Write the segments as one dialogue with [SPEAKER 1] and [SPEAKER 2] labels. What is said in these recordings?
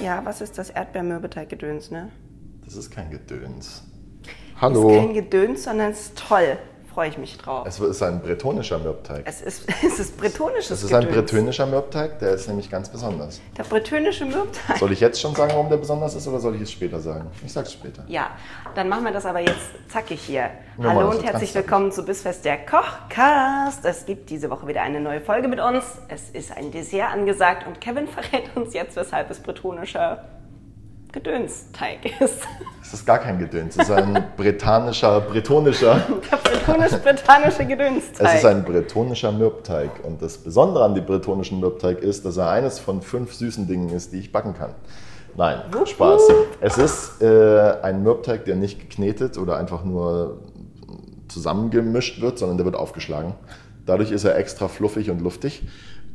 [SPEAKER 1] Ja, was ist das Erdbeermürbeteig-Gedöns, ne?
[SPEAKER 2] Das ist kein Gedöns.
[SPEAKER 1] Ist
[SPEAKER 3] Hallo.
[SPEAKER 1] kein Gedöns, sondern es ist toll. Freue ich mich drauf.
[SPEAKER 2] Es ist ein bretonischer Mürbteig.
[SPEAKER 1] Es ist, es ist bretonisches
[SPEAKER 2] Das ist ein
[SPEAKER 1] Gedöns.
[SPEAKER 2] bretonischer Mürbteig, der ist nämlich ganz besonders.
[SPEAKER 1] Der bretonische Mürbeteig.
[SPEAKER 2] Soll ich jetzt schon sagen, warum der besonders ist, oder soll ich es später sagen? Ich sag's später.
[SPEAKER 1] Ja, dann machen wir das aber jetzt zackig hier.
[SPEAKER 2] Wir machen
[SPEAKER 1] Hallo
[SPEAKER 2] das
[SPEAKER 1] und
[SPEAKER 2] jetzt
[SPEAKER 1] herzlich
[SPEAKER 2] ganz zackig.
[SPEAKER 1] willkommen zu Bissfest der Kochcast. Es gibt diese Woche wieder eine neue Folge mit uns. Es ist ein Dessert angesagt und Kevin verrät uns jetzt, weshalb es bretonischer Gedönsteig ist.
[SPEAKER 2] Es ist gar kein Gedöns, es ist ein bretanischer, bretonischer.
[SPEAKER 1] Der bretonisch-bretanische Gedönsteig.
[SPEAKER 2] Es ist ein bretonischer Mürbteig. Und das Besondere an dem bretonischen Mürbteig ist, dass er eines von fünf süßen Dingen ist, die ich backen kann. Nein, Spaß. Es ist äh, ein Mürbteig, der nicht geknetet oder einfach nur zusammengemischt wird, sondern der wird aufgeschlagen. Dadurch ist er extra fluffig und luftig.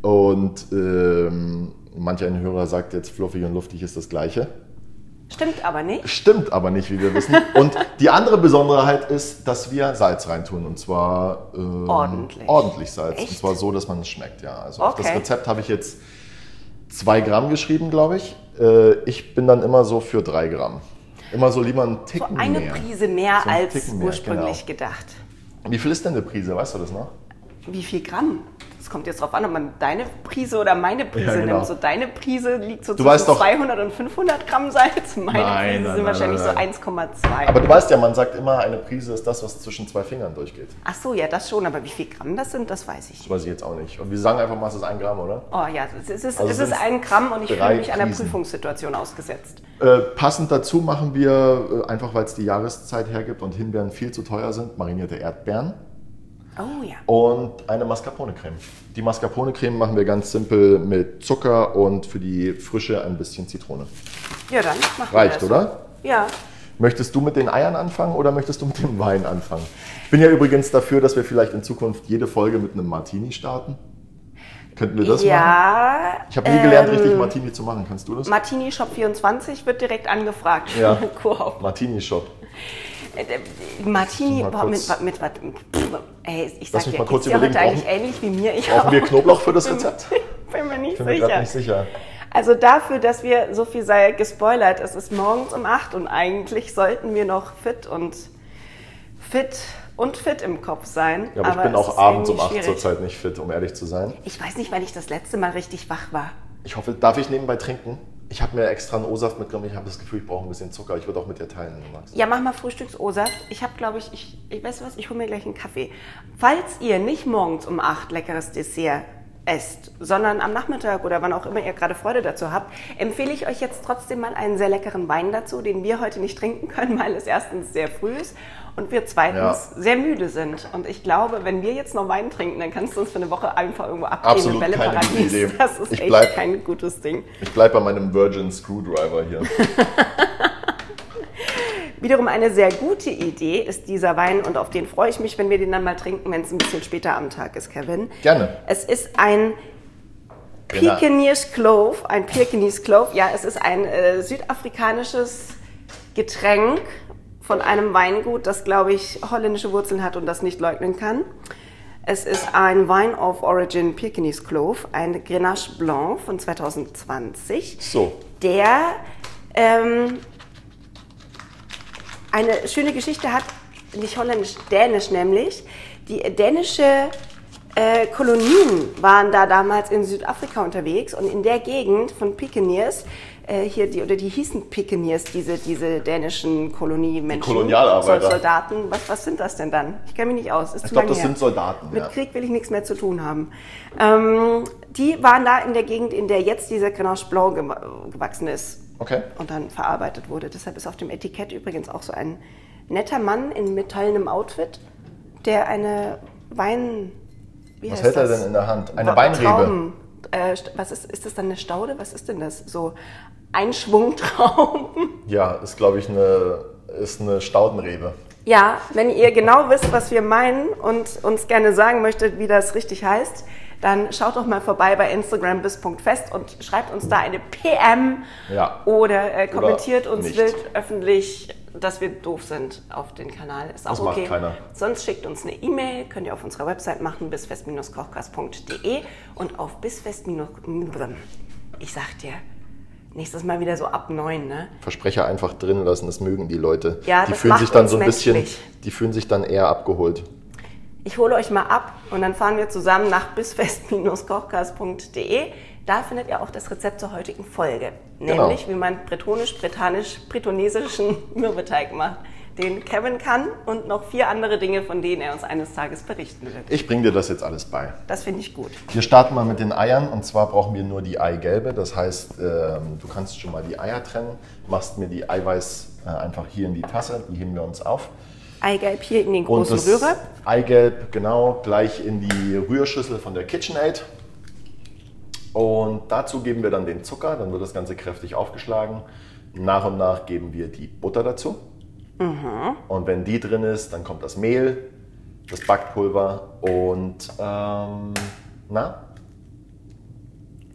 [SPEAKER 2] Und ähm, manch ein Hörer sagt jetzt, fluffig und luftig ist das Gleiche.
[SPEAKER 1] Stimmt aber nicht.
[SPEAKER 2] Stimmt aber nicht, wie wir wissen. Und die andere Besonderheit ist, dass wir Salz reintun. Und zwar ähm,
[SPEAKER 1] Ordentlich.
[SPEAKER 2] ordentlich Salz.
[SPEAKER 1] Echt?
[SPEAKER 2] Und zwar so, dass man es schmeckt, ja. Also auf das
[SPEAKER 1] Okay.
[SPEAKER 2] Rezept habe ich jetzt zwei Gramm geschrieben, glaube ich. Äh, ich bin dann immer so für drei Gramm. Immer so lieber einen
[SPEAKER 1] So
[SPEAKER 2] Ticken
[SPEAKER 1] eine
[SPEAKER 2] mehr.
[SPEAKER 1] Prise mehr
[SPEAKER 2] So einen
[SPEAKER 1] als
[SPEAKER 2] Ticken mehr,
[SPEAKER 1] ursprünglich gedacht.
[SPEAKER 2] Genau. Wie viel ist denn eine Prise? Weißt du das noch?
[SPEAKER 1] Wie viel Gramm? Das kommt jetzt drauf an, ob man deine Prise oder meine Prise
[SPEAKER 2] genau.
[SPEAKER 1] nimmt. So deine Prise liegt so zwischen
[SPEAKER 2] weißt doch-
[SPEAKER 1] 200 und 500 Gramm Salz. Meine Prise
[SPEAKER 2] Nein, nein,
[SPEAKER 1] sind
[SPEAKER 2] nein,
[SPEAKER 1] wahrscheinlich
[SPEAKER 2] nein, nein.
[SPEAKER 1] so 1,2.
[SPEAKER 2] Aber du weißt ja, man sagt immer, eine Prise ist das, was zwischen zwei Fingern durchgeht.
[SPEAKER 1] Ach so, ja, das schon. Aber wie viel Gramm das sind, das weiß ich nicht.
[SPEAKER 2] Das weiß ich jetzt auch nicht. Und wir sagen einfach mal, es ist ein Gramm, oder?
[SPEAKER 1] Oh ja, es ist, es ist,
[SPEAKER 2] Also
[SPEAKER 1] es
[SPEAKER 2] sind
[SPEAKER 1] ist ein Gramm und ich
[SPEAKER 2] drei
[SPEAKER 1] fühle mich einer
[SPEAKER 2] Prisen.
[SPEAKER 1] Prüfungssituation ausgesetzt.
[SPEAKER 2] Äh, passend dazu machen wir, äh, einfach weil es die Jahreszeit hergibt und Himbeeren viel zu teuer sind, marinierte Erdbeeren
[SPEAKER 1] Oh ja.
[SPEAKER 2] und eine Mascarpone-Creme. Die Mascarpone-Creme machen wir ganz simpel mit Zucker und für die Frische ein bisschen Zitrone.
[SPEAKER 1] Ja, dann machen wir
[SPEAKER 2] Reicht,
[SPEAKER 1] das.
[SPEAKER 2] oder?
[SPEAKER 1] Ja.
[SPEAKER 2] Möchtest du mit den Eiern anfangen oder möchtest du mit dem Wein anfangen? Ich bin ja übrigens dafür, dass wir vielleicht in Zukunft jede Folge mit einem Martini starten. Könnten wir das machen?
[SPEAKER 1] ja. ähm,
[SPEAKER 2] Ich habe nie gelernt, richtig Martini zu machen. Kannst du das?
[SPEAKER 1] Martini Shop 24 wird direkt angefragt.
[SPEAKER 2] Ja.
[SPEAKER 1] Koop.
[SPEAKER 2] Martini-Shop.
[SPEAKER 1] Äh, äh, Martini,
[SPEAKER 2] Mal
[SPEAKER 1] boah, mit,
[SPEAKER 2] kurz-
[SPEAKER 1] mit, mit, mit, pff, ey, ich sag
[SPEAKER 2] mich
[SPEAKER 1] dir,
[SPEAKER 2] mal kurz
[SPEAKER 1] geht's dir heute
[SPEAKER 2] überlegen,
[SPEAKER 1] eigentlich ähnlich wie mir. Ich
[SPEAKER 2] Brauchen wir
[SPEAKER 1] auch.
[SPEAKER 2] Knoblauch für das Rezept?
[SPEAKER 1] Bin mir nicht
[SPEAKER 2] Bin mir
[SPEAKER 1] sicher.
[SPEAKER 2] gerade nicht sicher.
[SPEAKER 1] Also dafür, dass wir, so viel sei gespoilert, es ist morgens um 8 und eigentlich sollten wir noch fit und fit und fit im Kopf sein.
[SPEAKER 2] Ja, aber, ich bin
[SPEAKER 1] es ist
[SPEAKER 2] auch abends um
[SPEAKER 1] irgendwie
[SPEAKER 2] 8
[SPEAKER 1] schwierig.
[SPEAKER 2] zurzeit nicht fit, um ehrlich zu sein.
[SPEAKER 1] Ich weiß nicht, wann ich das letzte Mal richtig wach war.
[SPEAKER 2] Ich hoffe, darf ich nebenbei trinken? Ich habe mir extra einen O-Saft mitgenommen. Ich habe das Gefühl, ich brauche ein bisschen Zucker. Ich würde auch mit dir teilen, wenn du magst.
[SPEAKER 1] Ja, mach mal Frühstücks-O-Saft. Ich habe, glaube ich, ich, ich weiß was, ich hole mir gleich einen Kaffee. Falls ihr nicht morgens um 8 leckeres Dessert esst, sondern am Nachmittag oder wann auch immer ihr gerade Freude dazu habt, empfehle ich euch jetzt trotzdem mal einen sehr leckeren Wein dazu, den wir heute nicht trinken können, weil es erstens sehr früh ist und wir zweitens sehr müde sind. Und ich glaube, wenn wir jetzt noch Wein trinken, dann kannst du uns für eine Woche einfach irgendwo abgeben.
[SPEAKER 2] Absolut keine gute Idee.
[SPEAKER 1] Das ist
[SPEAKER 2] Ich
[SPEAKER 1] echt
[SPEAKER 2] bleib-
[SPEAKER 1] kein gutes Ding.
[SPEAKER 2] Ich bleibe bei meinem Virgin Screwdriver hier.
[SPEAKER 1] Wiederum eine sehr gute Idee ist dieser Wein und auf den freue ich mich, wenn wir den dann mal trinken, wenn es ein bisschen später am Tag ist, Kevin.
[SPEAKER 2] Gerne.
[SPEAKER 1] Es ist ein
[SPEAKER 2] Genau.
[SPEAKER 1] Pekinese Clove, ein Pekinese Clove. Ja, es ist ein äh, südafrikanisches Getränk von einem Weingut, das glaube ich holländische Wurzeln hat und das nicht leugnen kann. Es ist ein Wine of Origin Pekinese Clove, ein Grenache Blanc von 2020
[SPEAKER 2] So,
[SPEAKER 1] der ähm, eine schöne Geschichte hat, nicht holländisch, dänisch nämlich. Die dänische äh, Kolonien waren da damals in Südafrika unterwegs und in der Gegend von Pikeniers, äh, hier die, oder die hießen Pikeniers, diese, diese dänischen Koloniemenschen.
[SPEAKER 2] Kolonialarbeiter.
[SPEAKER 1] Sol- Soldaten, was, was sind das denn dann? Ich kenne mich nicht aus. Ist
[SPEAKER 2] ich
[SPEAKER 1] zu
[SPEAKER 2] glaube,
[SPEAKER 1] lange
[SPEAKER 2] das
[SPEAKER 1] her.
[SPEAKER 2] sind Soldaten.
[SPEAKER 1] Mit
[SPEAKER 2] Ja.
[SPEAKER 1] Krieg will ich nichts mehr zu tun haben. Ähm, die waren da in der Gegend, in der jetzt dieser Grenache Blanc gewa- gewachsen ist
[SPEAKER 2] Okay.
[SPEAKER 1] und dann verarbeitet wurde. Deshalb ist auf dem Etikett übrigens auch so ein netter Mann in metallenem Outfit, der eine Wein... Wie
[SPEAKER 2] Was
[SPEAKER 1] heißt
[SPEAKER 2] hält er
[SPEAKER 1] das?
[SPEAKER 2] denn in der Hand? Eine
[SPEAKER 1] Wa-
[SPEAKER 2] Weinrebe.
[SPEAKER 1] Trauben. Äh, st- was ist, ist das dann eine Staude? Was ist denn das? So Einschwungtrauben.
[SPEAKER 2] Ja, ist, glaube ich, eine, ist eine Staudenrebe.
[SPEAKER 1] Ja, wenn ihr genau wisst, was wir meinen und uns gerne sagen möchtet, wie das richtig heißt, dann schaut doch mal vorbei bei Instagram bis.fest und schreibt uns da eine PM
[SPEAKER 2] Ja.
[SPEAKER 1] oder äh, kommentiert uns
[SPEAKER 2] nicht.
[SPEAKER 1] wild öffentlich, dass wir doof sind auf den Kanal. Ist auch
[SPEAKER 2] Das macht
[SPEAKER 1] okay.
[SPEAKER 2] keiner.
[SPEAKER 1] Sonst schickt uns eine E-Mail, könnt ihr auf unserer Website machen, bisfest-kochkast.de und auf bisfest- Ich sag dir, nächstes Mal wieder so ab neun, ne?
[SPEAKER 2] Versprecher einfach drin lassen, das mögen die Leute.
[SPEAKER 1] Ja,
[SPEAKER 2] die
[SPEAKER 1] das
[SPEAKER 2] fühlen
[SPEAKER 1] macht
[SPEAKER 2] sich dann
[SPEAKER 1] uns
[SPEAKER 2] so ein bisschen,
[SPEAKER 1] menschlich.
[SPEAKER 2] die fühlen sich dann eher abgeholt.
[SPEAKER 1] Ich hole euch mal ab und dann fahren wir zusammen nach bisfest-kochkast.de. Da findet ihr auch das Rezept zur heutigen Folge.
[SPEAKER 2] Genau.
[SPEAKER 1] Nämlich, wie man bretonisch-bretanisch-bretonesischen Mürbeteig macht, den Kevin kann und noch vier andere Dinge, von denen er uns eines Tages berichten wird.
[SPEAKER 2] Ich bringe dir das jetzt alles bei.
[SPEAKER 1] Das finde ich gut.
[SPEAKER 2] Wir starten mal mit den Eiern und zwar brauchen wir nur die Eigelbe. Das heißt, ähm, du kannst schon mal die Eier trennen, machst mir die Eiweiß äh, einfach hier in die Tasse, die heben wir uns auf.
[SPEAKER 1] Eigelb hier in den
[SPEAKER 2] Und
[SPEAKER 1] großen
[SPEAKER 2] das
[SPEAKER 1] Rührer.
[SPEAKER 2] Eigelb, genau, gleich in die Rührschüssel von der KitchenAid. Und dazu geben wir dann den Zucker, dann wird das Ganze kräftig aufgeschlagen. Nach und nach geben wir die Butter dazu. Und wenn die drin ist, dann kommt das Mehl, das Backpulver und ähm, na,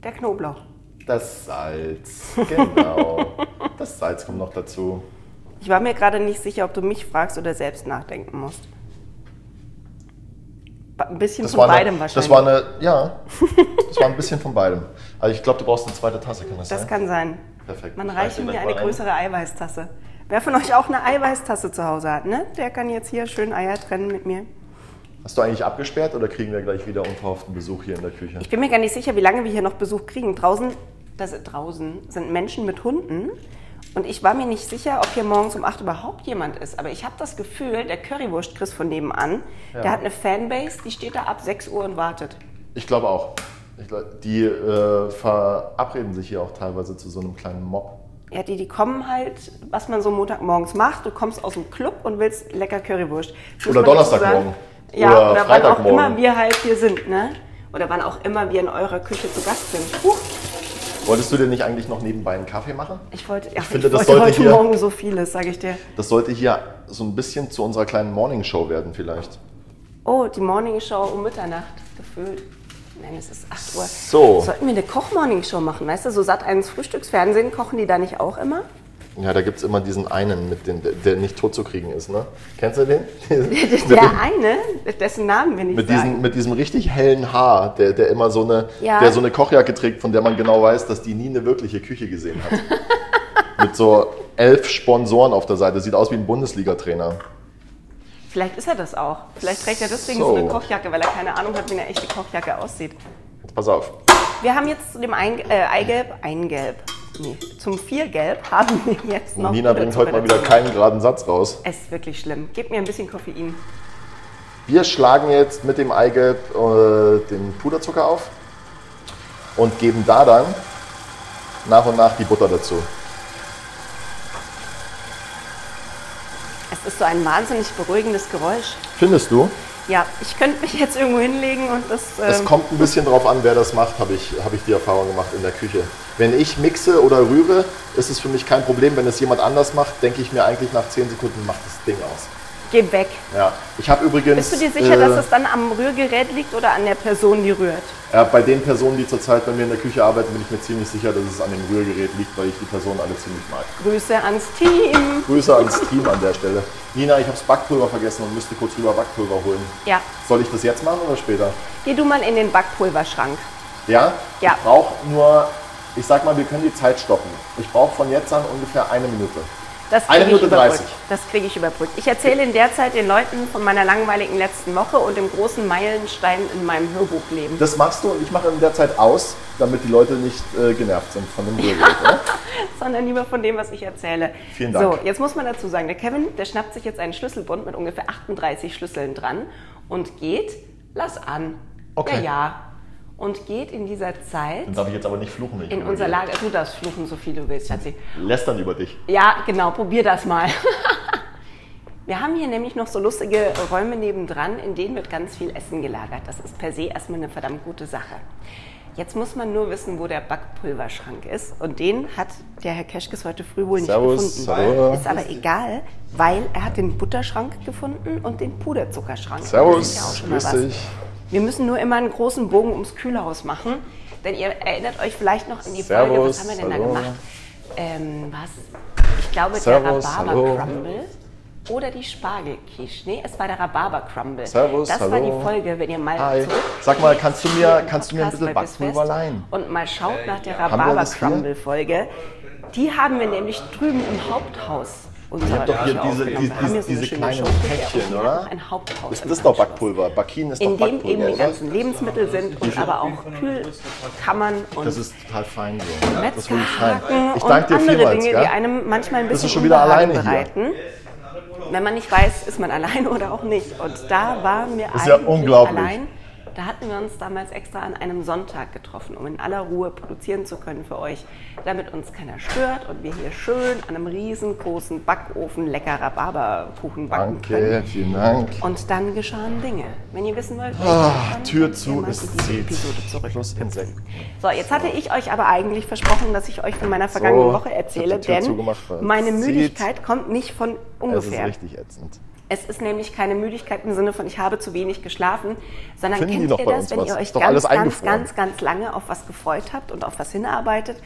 [SPEAKER 1] Der Knoblauch.
[SPEAKER 2] das Salz. Genau. das Salz kommt noch dazu.
[SPEAKER 1] Ich war mir gerade nicht sicher, ob du mich fragst oder selbst nachdenken musst. Ba- Ein bisschen von
[SPEAKER 2] eine-
[SPEAKER 1] beidem wahrscheinlich.
[SPEAKER 2] Das war eine, ja, das war ein bisschen von beidem. Also ich glaube, du brauchst eine zweite Tasse, kann das,
[SPEAKER 1] Das
[SPEAKER 2] sein?
[SPEAKER 1] kann sein.
[SPEAKER 2] Perfekt.
[SPEAKER 1] Man
[SPEAKER 2] Ich
[SPEAKER 1] reicht
[SPEAKER 2] reiche
[SPEAKER 1] mir
[SPEAKER 2] das
[SPEAKER 1] eine
[SPEAKER 2] mal rein.
[SPEAKER 1] größere Eiweißtasse. Wer von euch auch eine Eiweißtasse zu Hause hat, ne? Der kann jetzt hier schön Eier trennen mit mir.
[SPEAKER 2] Hast du eigentlich abgesperrt oder kriegen wir gleich wieder unverhofften Besuch hier in der Küche?
[SPEAKER 1] Ich bin mir gar nicht sicher, wie lange wir hier noch Besuch kriegen. Draußen, das, draußen sind Menschen mit Hunden. Und ich war mir nicht sicher, ob hier morgens um 8 überhaupt jemand ist. Aber ich habe das Gefühl, der Currywurst-Chris von nebenan, der hat eine Fanbase, die steht da ab 6 Uhr und wartet.
[SPEAKER 2] Ich glaube auch. Ich glaub, die äh, verabreden sich hier auch teilweise zu so einem kleinen Mob.
[SPEAKER 1] Ja, die, die kommen halt, was man so Montagmorgens macht. Du kommst aus dem Club und willst lecker Currywurst. Das muss
[SPEAKER 2] Oder
[SPEAKER 1] man dazu
[SPEAKER 2] Donnerstagmorgen.
[SPEAKER 1] sagen. Ja,
[SPEAKER 2] Oder
[SPEAKER 1] oder, wann auch
[SPEAKER 2] Freitagmorgen.
[SPEAKER 1] immer wir halt hier sind, ne? Oder wann auch immer wir in eurer Küche zu Gast sind. Huch,
[SPEAKER 2] Wolltest du dir nicht eigentlich noch nebenbei einen Kaffee machen?
[SPEAKER 1] ich wollte, ach, ich
[SPEAKER 2] finde, das
[SPEAKER 1] wollte
[SPEAKER 2] sollte
[SPEAKER 1] heute
[SPEAKER 2] hier-
[SPEAKER 1] Morgen so vieles, sage ich dir.
[SPEAKER 2] Das sollte hier so ein bisschen zu unserer kleinen Morningshow werden vielleicht.
[SPEAKER 1] Oh, die Morning Show um Mitternacht gefühlt. Nein, es ist 8 Uhr.
[SPEAKER 2] So.
[SPEAKER 1] Sollten wir eine Koch-Morning Show machen, weißt du? So satt eines Frühstücksfernsehen kochen die da nicht auch immer?
[SPEAKER 2] Ja, da gibt es immer diesen einen, mit dem, der- der nicht tot zu kriegen ist, ne? Kennst du den?
[SPEAKER 1] Der eine, dessen Namen wir nicht
[SPEAKER 2] Mit,
[SPEAKER 1] sagen.
[SPEAKER 2] diesen, mit diesem richtig hellen Haar, der, der immer so eine,
[SPEAKER 1] Ja.
[SPEAKER 2] der so eine Kochjacke trägt, von der man genau weiß, dass die nie eine wirkliche Küche gesehen hat. mit so elf Sponsoren auf der Seite. Sieht aus wie ein Bundesliga-Trainer.
[SPEAKER 1] Vielleicht ist er das auch. Vielleicht trägt er deswegen so,
[SPEAKER 2] So.
[SPEAKER 1] eine Kochjacke, weil er keine Ahnung hat, wie eine echte Kochjacke aussieht.
[SPEAKER 2] Jetzt pass auf.
[SPEAKER 1] Wir haben jetzt zu dem Ein äh, Eigelb, Eingelb, nee, zum Viergelb haben wir jetzt noch.
[SPEAKER 2] Nina bringt heute mal wieder
[SPEAKER 1] kein.
[SPEAKER 2] keinen geraden Satz raus.
[SPEAKER 1] Es ist wirklich schlimm. Gebt mir ein bisschen Koffein.
[SPEAKER 2] Wir schlagen jetzt mit dem Eigelb äh, den Puderzucker auf und geben da dann nach und nach die Butter dazu.
[SPEAKER 1] Es ist so ein wahnsinnig beruhigendes Geräusch.
[SPEAKER 2] Findest du?
[SPEAKER 1] Ja, ich könnte mich jetzt irgendwo hinlegen und das.
[SPEAKER 2] Es
[SPEAKER 1] ähm,
[SPEAKER 2] kommt ein bisschen drauf an, wer das macht, habe ich, hab ich die Erfahrung gemacht in der Küche. Wenn ich mixe oder rühre, ist es für mich kein Problem. Wenn es jemand anders macht, denke ich mir eigentlich nach 10 Sekunden, macht das Ding aus.
[SPEAKER 1] Geh weg.
[SPEAKER 2] Ja. Ich habe übrigens.
[SPEAKER 1] Bist du dir sicher,
[SPEAKER 2] äh,
[SPEAKER 1] dass es dann am Rührgerät liegt oder an der Person, die rührt?
[SPEAKER 2] ja, bei den Personen, die zurzeit bei mir in der Küche arbeiten, bin ich mir ziemlich sicher, dass es an dem Rührgerät liegt, weil ich die Personen alle ziemlich mag.
[SPEAKER 1] Grüße ans Team.
[SPEAKER 2] Grüße ans Team an der Stelle. Nina, ich habe das Backpulver vergessen und müsste kurz rüber Backpulver holen.
[SPEAKER 1] Ja.
[SPEAKER 2] Soll ich das jetzt machen oder später?
[SPEAKER 1] Geh du mal in den Backpulverschrank.
[SPEAKER 2] Ja?
[SPEAKER 1] Ja.
[SPEAKER 2] Ich brauche nur, ich sag mal, wir können die Zeit stoppen. Ich brauche von jetzt an ungefähr eine Minute.
[SPEAKER 1] Das
[SPEAKER 2] Eine
[SPEAKER 1] kriege ich
[SPEAKER 2] Minute
[SPEAKER 1] überbrückt.
[SPEAKER 2] 30.
[SPEAKER 1] Das kriege ich überbrückt. Ich erzähle in der Zeit den Leuten von meiner langweiligen letzten Woche und dem großen Meilenstein in meinem Hörbuchleben.
[SPEAKER 2] Das machst du und ich mache in der Zeit aus, damit die Leute nicht äh, genervt sind von dem Rührgerät. oder?
[SPEAKER 1] sondern lieber von dem, was ich erzähle.
[SPEAKER 2] Vielen Dank.
[SPEAKER 1] So, jetzt muss man dazu sagen, der Kevin, der schnappt sich jetzt einen Schlüsselbund mit ungefähr 38 Schlüsseln dran und geht, lass an.
[SPEAKER 2] Okay.
[SPEAKER 1] Ja, ja. Und geht in dieser Zeit
[SPEAKER 2] Dann darf ich jetzt aber nicht fluchen. Wenn ich
[SPEAKER 1] in
[SPEAKER 2] rübergehe.
[SPEAKER 1] unser Lager. Du darfst fluchen, so viel du willst, Schatzi.
[SPEAKER 2] Lästern über dich.
[SPEAKER 1] Ja, genau, probier das mal. Wir haben hier nämlich noch so lustige Räume nebendran, in denen wird ganz viel Essen gelagert. Das ist per se erstmal eine verdammt gute Sache. Jetzt muss man nur wissen, wo der Backpulverschrank ist. Und den hat der Herr Keschkes heute früh wohl
[SPEAKER 2] Servus,
[SPEAKER 1] nicht gefunden.
[SPEAKER 2] hallo.
[SPEAKER 1] Ist aber egal, weil er hat den Butterschrank gefunden und den Puderzuckerschrank. Das ist ja auch
[SPEAKER 2] Servus,
[SPEAKER 1] schon mal
[SPEAKER 2] grüß
[SPEAKER 1] was.
[SPEAKER 2] dich.
[SPEAKER 1] Wir müssen nur immer einen großen Bogen ums Kühlhaus machen, denn ihr erinnert euch vielleicht noch an die Folge, was
[SPEAKER 2] Servus,
[SPEAKER 1] haben wir denn
[SPEAKER 2] hallo.
[SPEAKER 1] da gemacht? Ähm, was? Ich glaube,
[SPEAKER 2] Servus,
[SPEAKER 1] der
[SPEAKER 2] hallo.
[SPEAKER 1] Rhabarber-Crumble oder die Spargelquiche. Nee, es war der Rhabarber-Crumble.
[SPEAKER 2] Servus,
[SPEAKER 1] Das war
[SPEAKER 2] hallo.
[SPEAKER 1] die Folge, wenn ihr mal
[SPEAKER 2] Hi.
[SPEAKER 1] zurück...
[SPEAKER 2] Sag mal, kannst du mir,
[SPEAKER 1] im
[SPEAKER 2] kannst du mir ein
[SPEAKER 1] Podcast
[SPEAKER 2] bisschen
[SPEAKER 1] bei Best
[SPEAKER 2] Backpulver
[SPEAKER 1] West
[SPEAKER 2] leihen?
[SPEAKER 1] Und mal schaut nach der
[SPEAKER 2] Haben wir das hier?
[SPEAKER 1] Rhabarber-Crumble-Folge. Die haben wir nämlich drüben im Haupthaus
[SPEAKER 2] Ich
[SPEAKER 1] unserer
[SPEAKER 2] hab doch hier
[SPEAKER 1] Show
[SPEAKER 2] diese,
[SPEAKER 1] aufgenommen.
[SPEAKER 2] diese,
[SPEAKER 1] Haben wir
[SPEAKER 2] diese,
[SPEAKER 1] so eine
[SPEAKER 2] diese
[SPEAKER 1] schöne
[SPEAKER 2] kleinen
[SPEAKER 1] Show.
[SPEAKER 2] Päckchen,
[SPEAKER 1] Wir haben
[SPEAKER 2] oder?
[SPEAKER 1] Ein Haupthaus
[SPEAKER 2] Ist
[SPEAKER 1] im
[SPEAKER 2] das doch
[SPEAKER 1] Anschluss.
[SPEAKER 2] Backpulver? Bakin ist doch
[SPEAKER 1] In dem eben
[SPEAKER 2] Backpulver,
[SPEAKER 1] die
[SPEAKER 2] oder?
[SPEAKER 1] ganzen Lebensmittel sind und aber auch Kühlkammern und
[SPEAKER 2] Das ist total fein so. Das finde ich fein.
[SPEAKER 1] Metzgerhaken
[SPEAKER 2] Ich
[SPEAKER 1] und
[SPEAKER 2] danke dir
[SPEAKER 1] andere
[SPEAKER 2] vielmals.
[SPEAKER 1] Dinge,
[SPEAKER 2] gell?
[SPEAKER 1] die einem manchmal ein bisschen
[SPEAKER 2] ist schon wieder
[SPEAKER 1] Unbehagen
[SPEAKER 2] alleine hier.
[SPEAKER 1] bereiten. Wenn man nicht weiß, ist man allein oder auch nicht. Und da waren wir
[SPEAKER 2] Ist ja
[SPEAKER 1] eigentlich
[SPEAKER 2] unglaublich.
[SPEAKER 1] allein. Da hatten wir uns damals extra an einem Sonntag getroffen, um in aller Ruhe produzieren zu können für euch, damit uns keiner stört und wir hier schön an einem riesengroßen Backofen lecker Rhabarberkuchen backen können.
[SPEAKER 2] Danke, vielen Dank.
[SPEAKER 1] Und dann geschahen Dinge. Wenn ihr wissen wollt, dann
[SPEAKER 2] Ah, Tür
[SPEAKER 1] könnt ihr
[SPEAKER 2] zu,
[SPEAKER 1] mal
[SPEAKER 2] es
[SPEAKER 1] in diese
[SPEAKER 2] zieht.
[SPEAKER 1] Episode zurück.
[SPEAKER 2] Plus Insekten.
[SPEAKER 1] So, jetzt hatte ich euch aber eigentlich versprochen, dass ich euch von meiner vergangenen
[SPEAKER 2] So,
[SPEAKER 1] Woche
[SPEAKER 2] ich hab
[SPEAKER 1] erzähle,
[SPEAKER 2] die Tür
[SPEAKER 1] denn
[SPEAKER 2] zugemacht, weil es
[SPEAKER 1] meine
[SPEAKER 2] zieht.
[SPEAKER 1] Müdigkeit kommt nicht von
[SPEAKER 2] Es ist
[SPEAKER 1] ungefähr.
[SPEAKER 2] richtig ätzend.
[SPEAKER 1] Es ist nämlich keine Müdigkeit im Sinne von, ich habe zu wenig geschlafen, sondern
[SPEAKER 2] Finden die
[SPEAKER 1] kennt
[SPEAKER 2] noch
[SPEAKER 1] ihr
[SPEAKER 2] bei
[SPEAKER 1] das,
[SPEAKER 2] uns
[SPEAKER 1] wenn
[SPEAKER 2] was?
[SPEAKER 1] ihr euch
[SPEAKER 2] Ist doch
[SPEAKER 1] ganz,
[SPEAKER 2] alles
[SPEAKER 1] ganz,
[SPEAKER 2] eingefroren.
[SPEAKER 1] ganz, ganz lange auf was gefreut habt und auf was hinarbeitet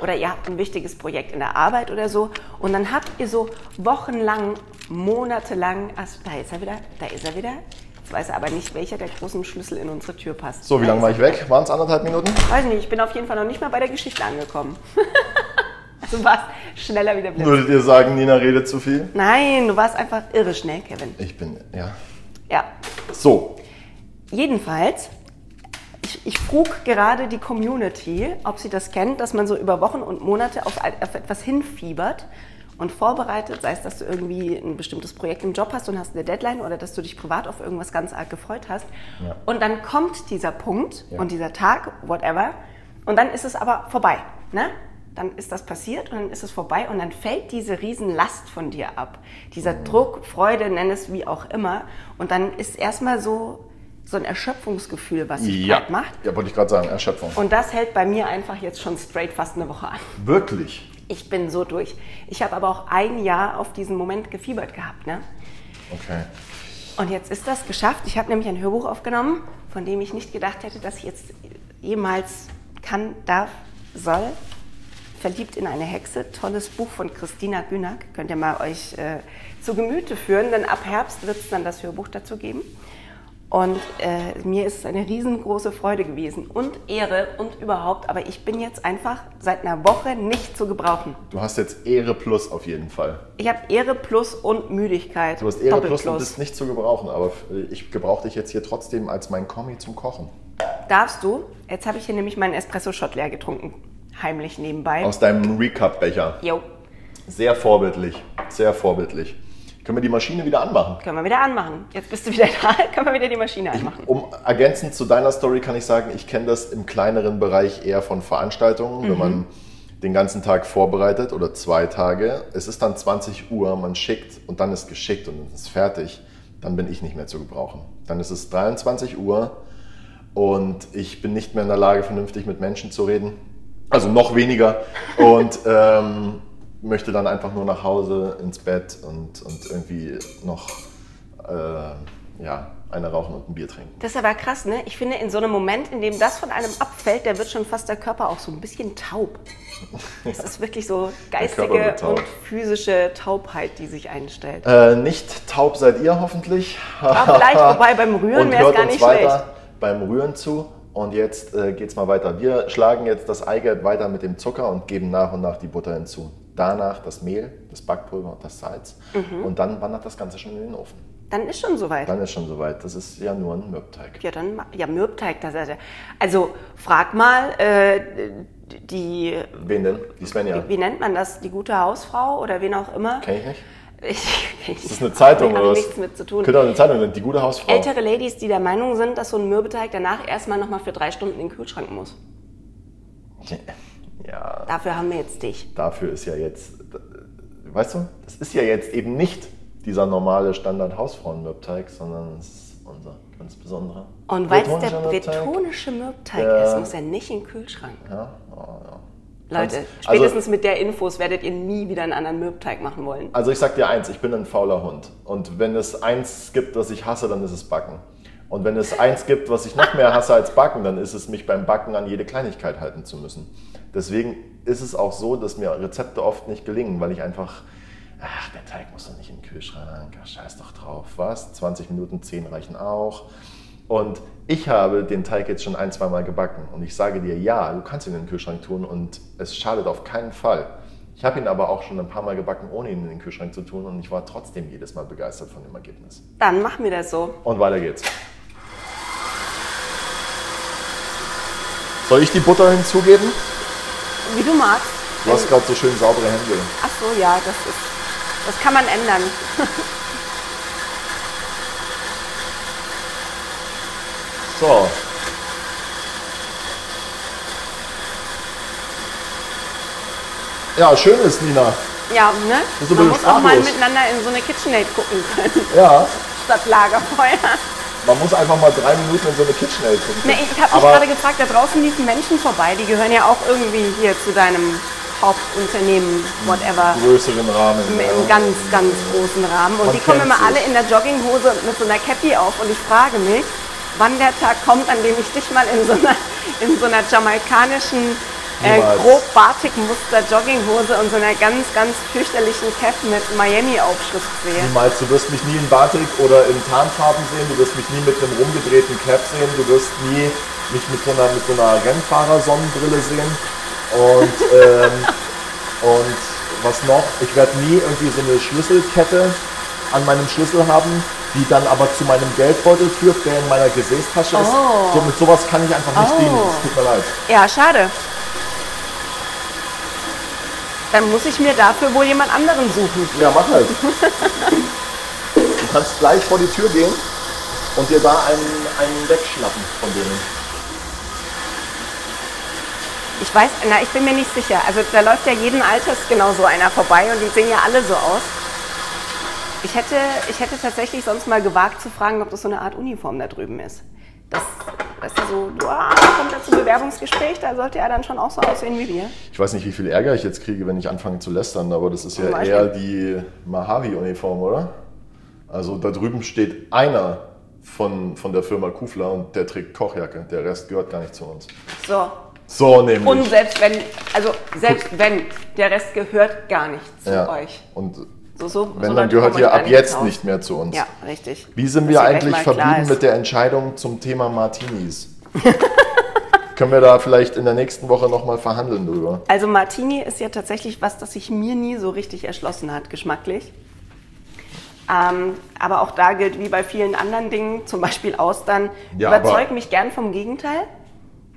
[SPEAKER 1] oder ihr habt ein wichtiges Projekt in der Arbeit oder so und dann habt ihr so wochenlang, monatelang, also da ist er wieder, da ist er wieder. Jetzt weiß er aber nicht, welcher der großen Schlüssel in unsere Tür passt.
[SPEAKER 2] So, wie
[SPEAKER 1] Da
[SPEAKER 2] lange
[SPEAKER 1] ist
[SPEAKER 2] war
[SPEAKER 1] er.
[SPEAKER 2] ich weg? Waren es anderthalb Minuten?
[SPEAKER 1] Weiß nicht, ich bin auf jeden Fall noch nicht mal bei der Geschichte angekommen. also warst schneller wieder blind.
[SPEAKER 2] Würdet ihr sagen, Nina redet zu viel?
[SPEAKER 1] Nein, du warst einfach irre schnell, Kevin.
[SPEAKER 2] Ich bin, ja.
[SPEAKER 1] Ja,
[SPEAKER 2] So,
[SPEAKER 1] Jedenfalls, ich, ich frug gerade die Community, ob sie das kennt, dass man so über Wochen und Monate auf, ein- auf etwas hinfiebert und vorbereitet, sei es, dass du irgendwie ein bestimmtes Projekt im Job hast und hast eine Deadline oder dass du dich privat auf irgendwas ganz arg gefreut hast.
[SPEAKER 2] Ja.
[SPEAKER 1] Und dann kommt dieser Punkt
[SPEAKER 2] Ja.
[SPEAKER 1] und dieser Tag, whatever, und dann ist es aber vorbei. Ne? Dann ist das passiert und dann ist es vorbei und dann fällt diese Riesenlast von dir ab. Dieser
[SPEAKER 2] Mhm.
[SPEAKER 1] Druck, Freude, nenn es wie auch immer. Und dann ist erstmal so, so ein Erschöpfungsgefühl, was sich
[SPEAKER 2] ja.
[SPEAKER 1] breit macht.
[SPEAKER 2] Ja, wollte ich gerade sagen, Erschöpfung.
[SPEAKER 1] Und das hält bei mir einfach jetzt schon straight fast eine Woche an.
[SPEAKER 2] Wirklich?
[SPEAKER 1] Ich bin so durch. Ich habe aber auch ein Jahr auf diesen Moment gefiebert gehabt. Ne?
[SPEAKER 2] Okay.
[SPEAKER 1] Und jetzt ist das geschafft. Ich habe nämlich ein Hörbuch aufgenommen, von dem ich nicht gedacht hätte, dass ich jetzt jemals kann, darf, soll. Verliebt in eine Hexe, tolles Buch von Christina Günack. Könnt ihr mal euch äh, zu Gemüte führen, denn ab Herbst wird es dann das Hörbuch dazu geben. Und äh, mir ist es eine riesengroße Freude gewesen und Ehre und überhaupt. Aber ich bin jetzt einfach seit einer Woche nicht zu gebrauchen.
[SPEAKER 2] Du hast jetzt Ehre plus auf jeden Fall.
[SPEAKER 1] Ich habe Ehre plus und Müdigkeit.
[SPEAKER 2] Du hast Ehre
[SPEAKER 1] Doppel
[SPEAKER 2] plus und bist nicht zu gebrauchen, aber äh, ich gebrauche dich jetzt hier trotzdem als mein Kommi zum Kochen.
[SPEAKER 1] Darfst du? Jetzt habe ich hier nämlich meinen Espresso-Shot leer getrunken. Heimlich nebenbei.
[SPEAKER 2] Aus deinem Recap-Becher.
[SPEAKER 1] Jo,
[SPEAKER 2] Sehr vorbildlich. Sehr vorbildlich. Können wir die Maschine wieder anmachen?
[SPEAKER 1] können wir wieder anmachen. Jetzt bist du wieder da, können wir wieder die Maschine anmachen.
[SPEAKER 2] Um ergänzend zu deiner Story kann ich sagen, ich kenne das im kleineren Bereich eher von Veranstaltungen, wenn man den ganzen Tag vorbereitet oder zwei Tage. Es ist dann 20 Uhr, man schickt und dann ist geschickt und es ist fertig. Dann bin ich nicht mehr zu gebrauchen. Dann ist es 23 Uhr und ich bin nicht mehr in der Lage, vernünftig mit Menschen zu reden. Also noch weniger. Und ähm, möchte dann einfach nur nach Hause ins Bett und, und irgendwie noch äh, ja, eine rauchen und ein Bier trinken.
[SPEAKER 1] Das ist aber krass, ne? Ich finde, in so einem Moment, in dem das von einem abfällt, der wird schon fast der Körper auch so ein bisschen taub. Es ist wirklich so
[SPEAKER 2] Körper
[SPEAKER 1] geistige
[SPEAKER 2] wird taub.
[SPEAKER 1] und physische Taubheit, die sich einstellt.
[SPEAKER 2] Äh, nicht taub seid ihr hoffentlich.
[SPEAKER 1] Aber Ah, vielleicht, wobei beim Rühren
[SPEAKER 2] Und
[SPEAKER 1] wäre es
[SPEAKER 2] hört
[SPEAKER 1] gar
[SPEAKER 2] uns
[SPEAKER 1] nicht
[SPEAKER 2] weiter
[SPEAKER 1] schlecht.
[SPEAKER 2] beim Rühren zu. Und jetzt äh, geht's mal weiter. Wir schlagen jetzt das Eigelb weiter mit dem Zucker und geben nach und nach die Butter hinzu. Danach das Mehl, das Backpulver und das Salz.
[SPEAKER 1] Mhm.
[SPEAKER 2] Und dann wandert das Ganze schon in den Ofen.
[SPEAKER 1] Dann ist schon soweit.
[SPEAKER 2] Dann ist schon soweit. Das ist ja nur ein Mürbteig.
[SPEAKER 1] Ja, dann, ma- ja, Mürbteig, das ist ja. Also, frag mal, äh, die,
[SPEAKER 2] Wen denn? Die Svenja.
[SPEAKER 1] wie nennt man das? Die gute Hausfrau oder wen auch immer?
[SPEAKER 2] Kenn ich nicht.
[SPEAKER 1] Ich, ich,
[SPEAKER 2] Das ist eine Zeitung
[SPEAKER 1] hab
[SPEAKER 2] oder was? Oh.
[SPEAKER 1] nichts mit zu tun.
[SPEAKER 2] Könnte auch eine Zeitung sein. Die gute Hausfrau.
[SPEAKER 1] Ältere Ladies, die der Meinung sind, dass so ein Mürbeteig danach erstmal nochmal für drei Stunden in den Kühlschrank muss.
[SPEAKER 2] Ja,
[SPEAKER 1] Dafür haben wir jetzt dich.
[SPEAKER 2] dafür ist ja jetzt, weißt du, das ist ja jetzt eben nicht dieser normale Standard-Hausfrauen-Mürbteig, sondern es ist unser. insbesondere.
[SPEAKER 1] Und weil es der
[SPEAKER 2] Bretonischer Mürbteig.
[SPEAKER 1] bretonische Mürbteig
[SPEAKER 2] Ja.
[SPEAKER 1] ist, muss er nicht in den Kühlschrank.
[SPEAKER 2] Ja, oh, ja, ja.
[SPEAKER 1] Leute,
[SPEAKER 2] Kannst-
[SPEAKER 1] spätestens
[SPEAKER 2] Also,
[SPEAKER 1] mit der Infos werdet ihr nie wieder einen anderen Mürbteig machen wollen.
[SPEAKER 2] also ich sag dir eins, ich bin ein fauler Hund. Und wenn es eins gibt, was ich hasse, dann ist es Backen. Und wenn es eins gibt, was ich noch mehr hasse als Backen, dann ist es, mich beim Backen an jede Kleinigkeit halten zu müssen. Deswegen ist es auch so, dass mir Rezepte oft nicht gelingen, weil ich einfach, ach, der Teig muss doch nicht in den Kühlschrank, ach, scheiß doch drauf, was? 20 Minuten, 10 reichen auch. Und ich habe den Teig jetzt schon ein, zweimal gebacken. Und ich sage dir, ja, du kannst ihn in den Kühlschrank tun und es schadet auf keinen Fall. Ich habe ihn aber auch schon ein paar Mal gebacken, ohne ihn in den Kühlschrank zu tun. Und ich war trotzdem jedes Mal begeistert von dem Ergebnis.
[SPEAKER 1] Dann machen wir das so.
[SPEAKER 2] Und weiter geht's. Soll ich die Butter hinzugeben?
[SPEAKER 1] Wie du magst.
[SPEAKER 2] Du hast gerade so schön saubere Hände.
[SPEAKER 1] Ach so, ja, das ist. Das kann man ändern.
[SPEAKER 2] So. Ja, schön ist, Nina.
[SPEAKER 1] Ja, ne?
[SPEAKER 2] Bist du
[SPEAKER 1] Man
[SPEAKER 2] ein bisschen
[SPEAKER 1] muss auch mal
[SPEAKER 2] sprachlos?
[SPEAKER 1] miteinander in so eine KitchenAid gucken können,
[SPEAKER 2] Ja,
[SPEAKER 1] statt Lagerfeuer.
[SPEAKER 2] man muss einfach mal drei Minuten in so eine KitchenAid gucken.
[SPEAKER 1] Ne, ich habe mich
[SPEAKER 2] Aber-
[SPEAKER 1] gerade gefragt, da draußen liefen Menschen vorbei, die gehören ja auch irgendwie hier zu deinem Hauptunternehmen, whatever.
[SPEAKER 2] größeren Rahmen.
[SPEAKER 1] im
[SPEAKER 2] ja.
[SPEAKER 1] ganz, ganz großen Rahmen. Und
[SPEAKER 2] Man
[SPEAKER 1] die kommen
[SPEAKER 2] kennt
[SPEAKER 1] immer
[SPEAKER 2] sich.
[SPEAKER 1] alle in der Jogginghose und mit so einer Cappy auf. Und ich frage mich, wann der Tag kommt, an dem ich dich mal in so einer, in so einer jamaikanischen, äh,
[SPEAKER 2] Niemals.
[SPEAKER 1] grob Batik-Muster Jogginghose und so einer ganz, ganz fürchterlichen Cap mit Miami-Aufschrift sehe.
[SPEAKER 2] Niemals, du wirst mich nie in Batik oder in Tarnfarben sehen, du wirst mich nie mit einem rumgedrehten Cap sehen, du wirst nie mich mit so einer, mit so einer Rennfahrersonnenbrille sehen. Und, ähm, und was noch, ich werde nie irgendwie so eine Schlüsselkette an meinem Schlüssel haben, die dann aber zu meinem Geldbeutel führt, der in meiner Gesäßtasche ist. So, mit sowas kann ich einfach nicht
[SPEAKER 1] Oh.
[SPEAKER 2] dienen, es tut mir leid.
[SPEAKER 1] Ja, schade. Dann muss ich mir dafür wohl jemand anderen suchen.
[SPEAKER 2] Ja, mach halt. Du kannst gleich vor die Tür gehen und dir da einen, einen wegschnappen von denen.
[SPEAKER 1] Ich weiß, na, ich bin mir nicht sicher. Also da läuft ja jeden Alters genau so einer vorbei und die sehen ja alle so aus. Ich hätte, ich hätte tatsächlich sonst mal gewagt zu fragen, ob das so eine Art Uniform da drüben ist. Das, weißt du, so, du ah, kommt da zum Bewerbungsgespräch, da sollte er dann schon auch so aussehen wie wir.
[SPEAKER 2] Ich weiß nicht, wie viel Ärger ich jetzt kriege, wenn ich anfange zu lästern, aber das ist
[SPEAKER 1] Zum
[SPEAKER 2] ja
[SPEAKER 1] Beispiel?
[SPEAKER 2] eher die Mojave-Uniform, oder? Also da drüben steht einer von, von der Firma Kufler und der trägt Kochjacke. Der Rest gehört gar nicht zu uns.
[SPEAKER 1] So.
[SPEAKER 2] So nämlich.
[SPEAKER 1] Und selbst wenn, also selbst wenn, der Rest gehört gar nicht zu
[SPEAKER 2] ja.
[SPEAKER 1] euch. Also
[SPEAKER 2] Und
[SPEAKER 1] So, so,
[SPEAKER 2] wenn,
[SPEAKER 1] so
[SPEAKER 2] dann
[SPEAKER 1] Leute
[SPEAKER 2] gehört
[SPEAKER 1] kommen
[SPEAKER 2] ihr
[SPEAKER 1] gar
[SPEAKER 2] ab jetzt
[SPEAKER 1] ins Haus.
[SPEAKER 2] nicht mehr zu uns.
[SPEAKER 1] Ja, richtig.
[SPEAKER 2] Wie sind
[SPEAKER 1] Dass
[SPEAKER 2] wir
[SPEAKER 1] ihr gleich
[SPEAKER 2] eigentlich
[SPEAKER 1] mal klar
[SPEAKER 2] verblieben
[SPEAKER 1] ist.
[SPEAKER 2] mit der Entscheidung zum Thema Martinis? Können wir da vielleicht in der nächsten Woche nochmal verhandeln drüber?
[SPEAKER 1] Also Martini ist ja tatsächlich was, das sich mir nie so richtig erschlossen hat, geschmacklich. Ähm, aber auch da gilt wie bei vielen anderen Dingen, zum Beispiel Austern,
[SPEAKER 2] Ja,
[SPEAKER 1] überzeug
[SPEAKER 2] aber-
[SPEAKER 1] mich gern vom Gegenteil.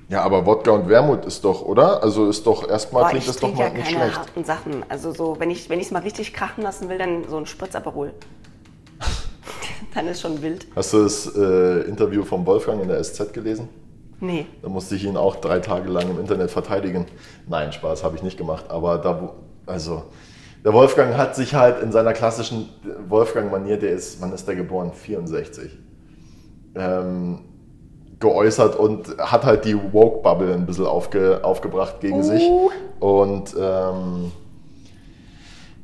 [SPEAKER 2] Ja, aber Wodka und Wermut ist doch, oder? Also ist doch erstmal
[SPEAKER 1] Boah, ich
[SPEAKER 2] klingt das doch
[SPEAKER 1] trinke
[SPEAKER 2] mal
[SPEAKER 1] ja
[SPEAKER 2] nicht
[SPEAKER 1] keine
[SPEAKER 2] schlecht.
[SPEAKER 1] harten Sachen. Also so, wenn ich es mal richtig krachen lassen will, dann so ein Spritzaperol. dann ist schon wild.
[SPEAKER 2] Hast du das äh, Interview von Wolfgang in der SZ gelesen?
[SPEAKER 1] Nee.
[SPEAKER 2] Da musste ich ihn auch drei Tage lang im Internet verteidigen. Nein, Spaß habe ich nicht gemacht. Aber da, wo- also, der Wolfgang hat sich halt in seiner klassischen Wolfgang-Manier, der ist, wann ist der geboren? 64. Ähm, geäußert und hat halt die Woke-Bubble ein bisschen aufge, aufgebracht gegen sich. Und ähm,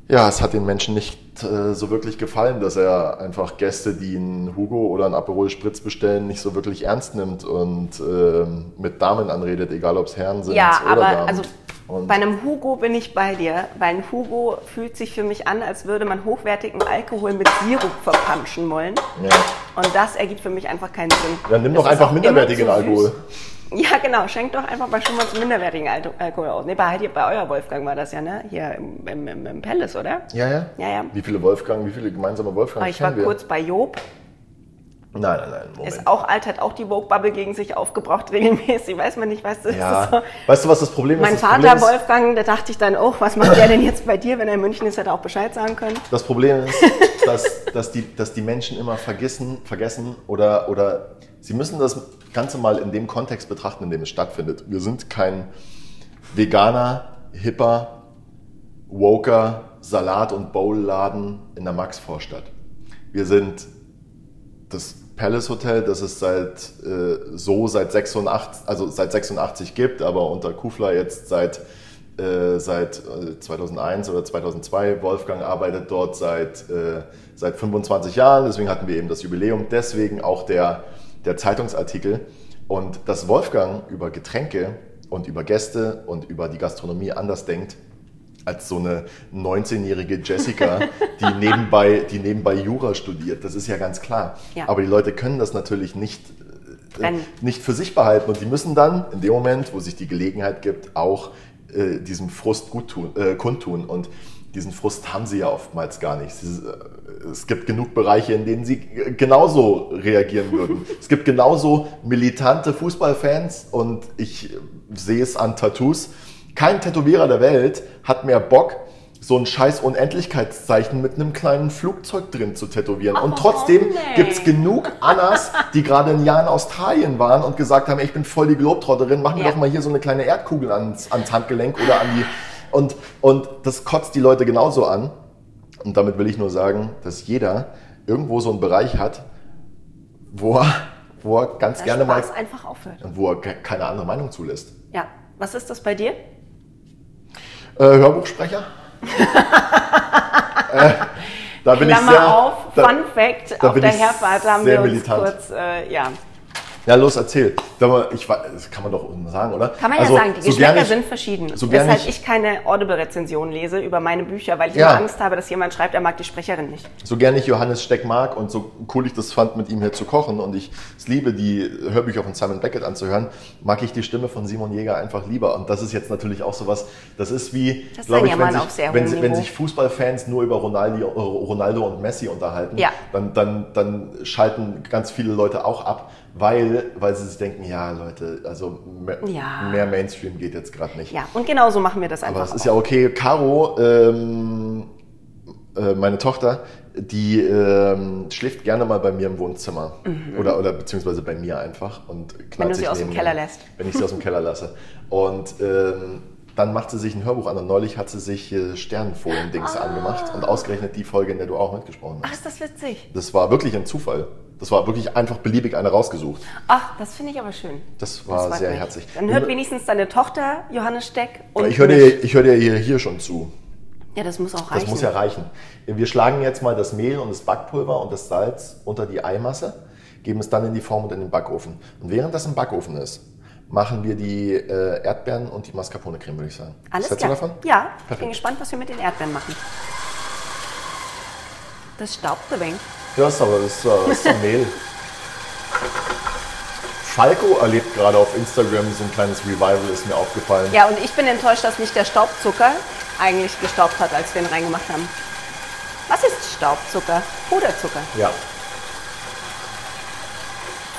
[SPEAKER 2] ja, es hat den Menschen nicht äh, so wirklich gefallen, dass er einfach Gäste, die einen Hugo oder einen Aperol Spritz bestellen, nicht so wirklich ernst nimmt und ähm, mit Damen anredet, egal ob es Herren sind
[SPEAKER 1] Ja,
[SPEAKER 2] oder
[SPEAKER 1] aber
[SPEAKER 2] Damen.
[SPEAKER 1] also
[SPEAKER 2] und
[SPEAKER 1] bei einem Hugo bin ich bei dir, weil ein Hugo fühlt sich für mich an, als würde man hochwertigen Alkohol mit Sirup verpanschen wollen.
[SPEAKER 2] ja.
[SPEAKER 1] Und das ergibt für mich einfach keinen Sinn.
[SPEAKER 2] Dann nimm
[SPEAKER 1] Das
[SPEAKER 2] doch
[SPEAKER 1] ist
[SPEAKER 2] einfach
[SPEAKER 1] auch
[SPEAKER 2] minderwertigen
[SPEAKER 1] immer zu süß.
[SPEAKER 2] Alkohol.
[SPEAKER 1] Ja, genau. Schenkt doch einfach mal schon mal zum minderwertigen Al- Alkohol aus. Ne, bei, halt hier bei euer Wolfgang war das ja, ne? Hier im, im, im, im Palace, oder?
[SPEAKER 2] Ja, ja.
[SPEAKER 1] Ja, ja.
[SPEAKER 2] Wie viele Wolfgang, wie viele gemeinsame Wolfgang
[SPEAKER 1] Aber ich war
[SPEAKER 2] kennen wir?
[SPEAKER 1] kurz bei Job.
[SPEAKER 2] nein, nein, nein, Moment.
[SPEAKER 1] Ist auch alt, hat auch die Vogue-Bubble gegen sich aufgebraucht, regelmäßig. Weiß man nicht, weißt du? das ist
[SPEAKER 2] ja.
[SPEAKER 1] so.
[SPEAKER 2] Weißt du, was das Problem ist?
[SPEAKER 1] Mein
[SPEAKER 2] das Problem
[SPEAKER 1] Vater
[SPEAKER 2] ist,
[SPEAKER 1] Wolfgang, da dachte ich dann, oh, was macht der denn jetzt bei dir? Wenn er in München ist, hätte er auch Bescheid sagen können.
[SPEAKER 2] Das Problem ist, dass, dass, die, dass die Menschen immer vergessen, vergessen oder, oder sie müssen das Ganze mal in dem Kontext betrachten, in dem es stattfindet. Wir sind kein veganer, hipper, woker Salat- und Bowl-Laden in der Maxvorstadt. Wir sind das Palace Hotel, das es seit äh, so seit 86, also seit 86 gibt, aber unter Kufler jetzt seit äh, seit äh, 2001 oder 2002. Wolfgang arbeitet dort seit, äh, seit 25 Jahren, deswegen hatten wir eben das Jubiläum, deswegen auch der, der Zeitungsartikel. Und dass Wolfgang über Getränke und über Gäste und über die Gastronomie anders denkt als so eine 19-jährige Jessica, die nebenbei, die nebenbei Jura studiert, das ist ja ganz klar.
[SPEAKER 4] Ja.
[SPEAKER 2] Aber die Leute können das natürlich nicht äh,
[SPEAKER 4] Trennen.
[SPEAKER 2] nicht für sich behalten und die müssen dann in dem Moment, wo sich die Gelegenheit gibt, auch äh, diesem Frust gut tun, äh, kundtun und diesen Frust haben sie ja oftmals gar nicht. Sie, äh, es gibt genug Bereiche, in denen sie g- genauso reagieren würden. es gibt genauso militante Fußballfans und ich äh, sehe es an Tattoos. Kein Tätowierer der Welt hat mehr Bock, so ein scheiß Unendlichkeitszeichen mit einem kleinen Flugzeug drin zu tätowieren. und trotzdem
[SPEAKER 4] nee.
[SPEAKER 2] gibt's genug Annas, die gerade ein Jahr in Australien waren und gesagt haben, ey, ich bin voll die Globetrotterin, mach mir
[SPEAKER 4] Ja.
[SPEAKER 2] doch mal hier so eine kleine Erdkugel ans, ans Handgelenk oder an die... Und, und das kotzt die Leute genauso an. Und damit will ich nur sagen, dass jeder irgendwo so einen Bereich hat, wo er, wo er ganz
[SPEAKER 1] Dass
[SPEAKER 2] gerne mal...
[SPEAKER 1] Spaß einfach aufhört.
[SPEAKER 2] Wo er ke- keine andere Meinung zulässt.
[SPEAKER 1] Ja. Was ist das bei dir?
[SPEAKER 2] Äh, Hörbuchsprecher? äh, da bin
[SPEAKER 1] Klammer
[SPEAKER 2] ich sehr,
[SPEAKER 1] auf,
[SPEAKER 2] da,
[SPEAKER 1] Fun Fact,
[SPEAKER 2] da
[SPEAKER 1] auf
[SPEAKER 2] bin
[SPEAKER 1] der
[SPEAKER 2] ich
[SPEAKER 1] Herfahrt haben
[SPEAKER 2] sehr
[SPEAKER 1] wir uns
[SPEAKER 2] militant.
[SPEAKER 1] kurz, äh, ja.
[SPEAKER 2] Ja, los, erzähl. Sag mal, ich, wa- das kann man doch unten sagen, oder?
[SPEAKER 1] Kann man
[SPEAKER 2] Also,
[SPEAKER 1] ja sagen, die
[SPEAKER 2] so
[SPEAKER 1] Geschmäcker
[SPEAKER 2] gern ich-
[SPEAKER 1] sind verschieden.
[SPEAKER 2] So gern
[SPEAKER 1] Weshalb
[SPEAKER 2] ich,
[SPEAKER 1] ich, keine Audible-Rezension lese über meine Bücher, weil ich
[SPEAKER 2] Ja.
[SPEAKER 1] immer Angst habe, dass jemand schreibt, er mag die Sprecherin nicht.
[SPEAKER 2] so gern ich Johannes Steck mag und so cool ich das fand, mit ihm hier zu kochen und ich es liebe, die Hörbücher von Simon Beckett anzuhören, mag ich die Stimme von Simon Jäger einfach lieber. Und das ist jetzt natürlich auch sowas, das ist wie,
[SPEAKER 1] Das sagen
[SPEAKER 2] glaube ich,
[SPEAKER 1] ja
[SPEAKER 2] wenn,
[SPEAKER 1] mal
[SPEAKER 2] sich,
[SPEAKER 1] auf sehr
[SPEAKER 2] wenn,
[SPEAKER 1] hohem
[SPEAKER 2] si- wenn
[SPEAKER 1] Niveau.
[SPEAKER 2] sich Fußballfans nur über Ronaldo, Ronaldo und Messi unterhalten,
[SPEAKER 1] Ja.
[SPEAKER 2] dann, dann, dann schalten ganz viele Leute auch ab, weil, weil sie sich denken, ja Leute, also mehr,
[SPEAKER 1] Ja.
[SPEAKER 2] mehr Mainstream geht jetzt gerade nicht.
[SPEAKER 1] Ja, und genauso machen wir das einfach.
[SPEAKER 2] Aber das ist
[SPEAKER 1] auch.
[SPEAKER 2] ja okay. Caro, ähm, äh, meine Tochter, die ähm, schläft gerne mal bei mir im Wohnzimmer. Oder, oder beziehungsweise bei mir einfach. Und knallt
[SPEAKER 1] Mhm. Wenn du
[SPEAKER 2] sich
[SPEAKER 1] sie aus dem
[SPEAKER 2] neben
[SPEAKER 1] Keller
[SPEAKER 2] mir,
[SPEAKER 1] lässt.
[SPEAKER 2] Wenn ich sie aus dem Keller lasse. Und ähm, dann macht sie sich ein Hörbuch an. Und neulich hat sie sich äh,
[SPEAKER 1] Ah.
[SPEAKER 2] Sternenfolien-Dings angemacht. Und ausgerechnet die Folge, in der du auch mitgesprochen
[SPEAKER 1] Ach,
[SPEAKER 2] hast.
[SPEAKER 1] ist das witzig.
[SPEAKER 2] Das war wirklich ein Zufall. Das war wirklich einfach beliebig eine rausgesucht.
[SPEAKER 1] Ach, das finde ich aber schön.
[SPEAKER 2] Das war
[SPEAKER 1] freut
[SPEAKER 2] sehr
[SPEAKER 1] mich.
[SPEAKER 2] herzlich.
[SPEAKER 1] Dann hört wenigstens deine Tochter Johannes Steck. Und
[SPEAKER 2] ich höre
[SPEAKER 1] mich.
[SPEAKER 2] dir, ich hör dir hier, hier schon zu.
[SPEAKER 1] Ja, das muss auch reichen.
[SPEAKER 2] Das muss ja reichen. Wir schlagen jetzt mal das Mehl und das Backpulver und das Salz unter die Eimasse, geben es dann in die Form und in den Backofen. Und während das im Backofen ist, machen wir die äh, Erdbeeren und die Mascarpone-Creme, würde ich sagen.
[SPEAKER 1] Alles
[SPEAKER 2] Was hältst
[SPEAKER 1] klar.
[SPEAKER 2] du davon?
[SPEAKER 1] Ja, ich bin
[SPEAKER 2] Perfekt.
[SPEAKER 1] gespannt, was wir mit den Erdbeeren machen. Das staubt ein wenig.
[SPEAKER 2] Ja, ist aber das ist, aber- das ist doch Mehl. Falco erlebt gerade auf Instagram so ein kleines Revival, ist mir aufgefallen.
[SPEAKER 1] Ja, und ich bin enttäuscht, dass mich der Staubzucker eigentlich gestaubt hat, als wir ihn reingemacht haben. Was ist Staubzucker? Puderzucker.
[SPEAKER 2] ja.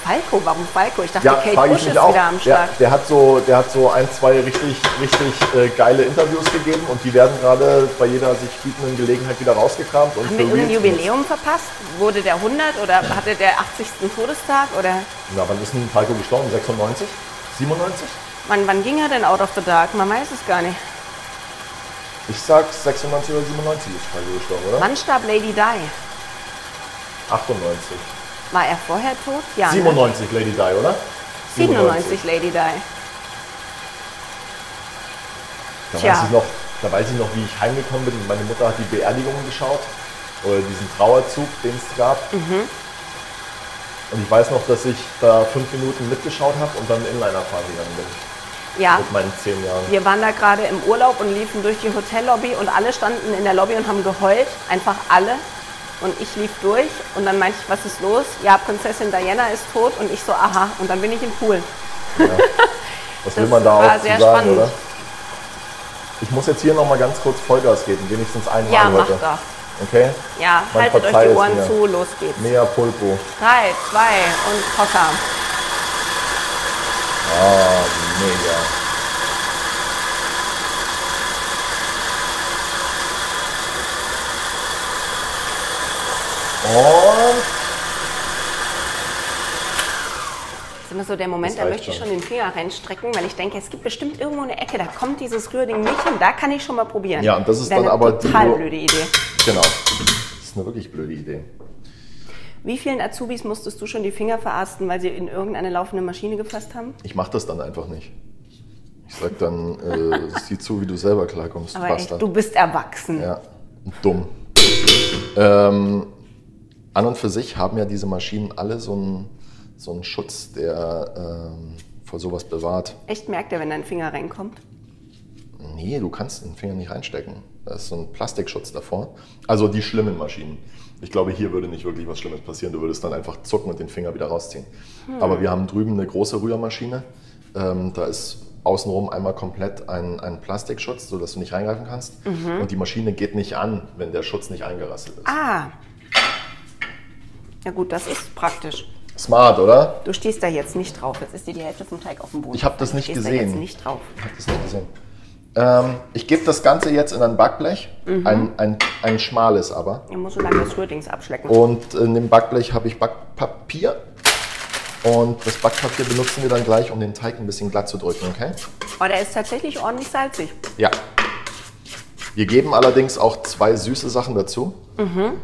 [SPEAKER 1] Falco, warum Falco? Ich dachte,
[SPEAKER 2] Ja,
[SPEAKER 1] Kate
[SPEAKER 2] frage
[SPEAKER 1] Bush
[SPEAKER 2] ich
[SPEAKER 1] ist
[SPEAKER 2] mich auch.
[SPEAKER 1] wieder am
[SPEAKER 2] Der,
[SPEAKER 1] Start.
[SPEAKER 2] der, hat so, der hat so ein, zwei richtig, richtig äh, geile Interviews gegeben und die werden gerade bei jeder sich bietenden Gelegenheit wieder rausgekramt. Und
[SPEAKER 1] Haben wir
[SPEAKER 2] für
[SPEAKER 1] irgendein
[SPEAKER 2] Reels benutzt.
[SPEAKER 1] Jubiläum verpasst? Wurde der 100 oder hatte der 80. Todestag? Oder
[SPEAKER 2] Na, wann ist denn Falco gestorben? 96? 97?
[SPEAKER 1] wann, wann ging er denn out of the dark? Man weiß es gar nicht.
[SPEAKER 2] Ich sag 96 oder 97 ist Falco gestorben, oder?
[SPEAKER 1] Wann starb Lady Di?
[SPEAKER 2] 98.
[SPEAKER 1] War er vorher tot? Ja. ne?
[SPEAKER 2] 97 Lady Di, oder?
[SPEAKER 1] 97 Lady Di.
[SPEAKER 2] Da
[SPEAKER 1] Tja.
[SPEAKER 2] weiß, ich noch, da weiß ich noch, wie ich heimgekommen bin und meine Mutter hat die Beerdigung geschaut oder diesen Trauerzug, den es gab.
[SPEAKER 1] Mhm.
[SPEAKER 2] Und ich weiß noch, dass ich da fünf Minuten mitgeschaut habe und dann Inliner fahren gegangen bin
[SPEAKER 1] Ah. Ja.
[SPEAKER 2] mit meinen zehn Jahren.
[SPEAKER 1] Wir waren da gerade im Urlaub und liefen durch die Hotellobby und alle standen in der Lobby und haben geheult. Einfach alle. Und ich lief durch und dann meinte ich, was ist los? Ja, Prinzessin Diana ist tot und ich so, aha. Und dann bin ich im Pool.
[SPEAKER 2] Was
[SPEAKER 1] das
[SPEAKER 2] will man da
[SPEAKER 1] war
[SPEAKER 2] auch zu
[SPEAKER 1] sehr
[SPEAKER 2] sagen,
[SPEAKER 1] spannend.
[SPEAKER 2] oder? Ich muss jetzt hier nochmal ganz kurz Vollgas geben, wenigstens einmal
[SPEAKER 1] Ja, mach
[SPEAKER 2] heute.
[SPEAKER 1] doch.
[SPEAKER 2] Okay?
[SPEAKER 1] Ja,
[SPEAKER 2] Man
[SPEAKER 1] haltet euch
[SPEAKER 2] verzeiht
[SPEAKER 1] die
[SPEAKER 2] es
[SPEAKER 1] Ohren
[SPEAKER 2] mir.
[SPEAKER 1] zu, los geht's.
[SPEAKER 2] Mea Pulpo.
[SPEAKER 1] Drei, zwei und Hocker.
[SPEAKER 2] Ah, mega. Und
[SPEAKER 1] Das ist immer so der Moment,
[SPEAKER 2] Das
[SPEAKER 1] da
[SPEAKER 2] reicht
[SPEAKER 1] möchte ich
[SPEAKER 2] schon.
[SPEAKER 1] schon den Finger reinstrecken, weil ich denke, es gibt bestimmt irgendwo eine Ecke, da kommt dieses Rührding nicht hin. Da kann ich schon mal probieren.
[SPEAKER 2] Ja, und das ist
[SPEAKER 1] Wäre
[SPEAKER 2] dann
[SPEAKER 1] eine
[SPEAKER 2] aber die,
[SPEAKER 1] total
[SPEAKER 2] wo-
[SPEAKER 1] blöde Idee.
[SPEAKER 2] genau. Das ist eine wirklich blöde Idee.
[SPEAKER 1] Wie vielen Azubis musstest du schon die Finger verarzten, weil sie in irgendeine laufende Maschine gefasst haben?
[SPEAKER 2] Ich mache das dann einfach nicht. Ich sag dann, äh, sieh zu, wie du selber klarkommst.
[SPEAKER 1] Aber
[SPEAKER 2] Basta.
[SPEAKER 1] echt, du bist erwachsen.
[SPEAKER 2] Ja, dumm. ähm, an und für sich haben ja diese Maschinen alle so einen, so einen Schutz, der ähm, vor sowas bewahrt.
[SPEAKER 1] Echt merkt er, wenn dein Finger reinkommt.
[SPEAKER 2] Nee, du kannst den Finger nicht reinstecken. Da ist so ein Plastikschutz davor. Also die schlimmen Maschinen. Ich glaube, hier würde nicht wirklich was Schlimmes passieren. Du würdest dann einfach zucken und den Finger wieder rausziehen. Aber wir haben drüben eine große Rührmaschine. Ähm, da ist außenrum einmal komplett ein, ein Plastikschutz, sodass du nicht reingreifen kannst. Und die Maschine geht nicht an, wenn der Schutz nicht eingerasselt ist.
[SPEAKER 1] Ah. Ja gut, das ist praktisch.
[SPEAKER 2] Smart, oder?
[SPEAKER 1] Du stehst da jetzt nicht drauf. Jetzt ist dir die Hälfte vom Teig auf dem Boden.
[SPEAKER 2] Ich hab das
[SPEAKER 1] Du
[SPEAKER 2] nicht
[SPEAKER 1] stehst Da
[SPEAKER 2] gesehen.
[SPEAKER 1] jetzt nicht drauf.
[SPEAKER 2] Ich hab das nicht gesehen. Ähm, ich gebe das Ganze jetzt in ein Backblech. Ein, ein, ein schmales aber.
[SPEAKER 1] Ich muss so lange das Rührdings abschlecken.
[SPEAKER 2] Und in dem Backblech habe ich Backpapier. Und das Backpapier benutzen wir dann gleich, um den Teig ein bisschen glatt zu drücken, okay?
[SPEAKER 1] Oh, der ist tatsächlich ordentlich salzig.
[SPEAKER 2] Ja. Wir geben allerdings auch zwei süße Sachen dazu.
[SPEAKER 1] Mhm.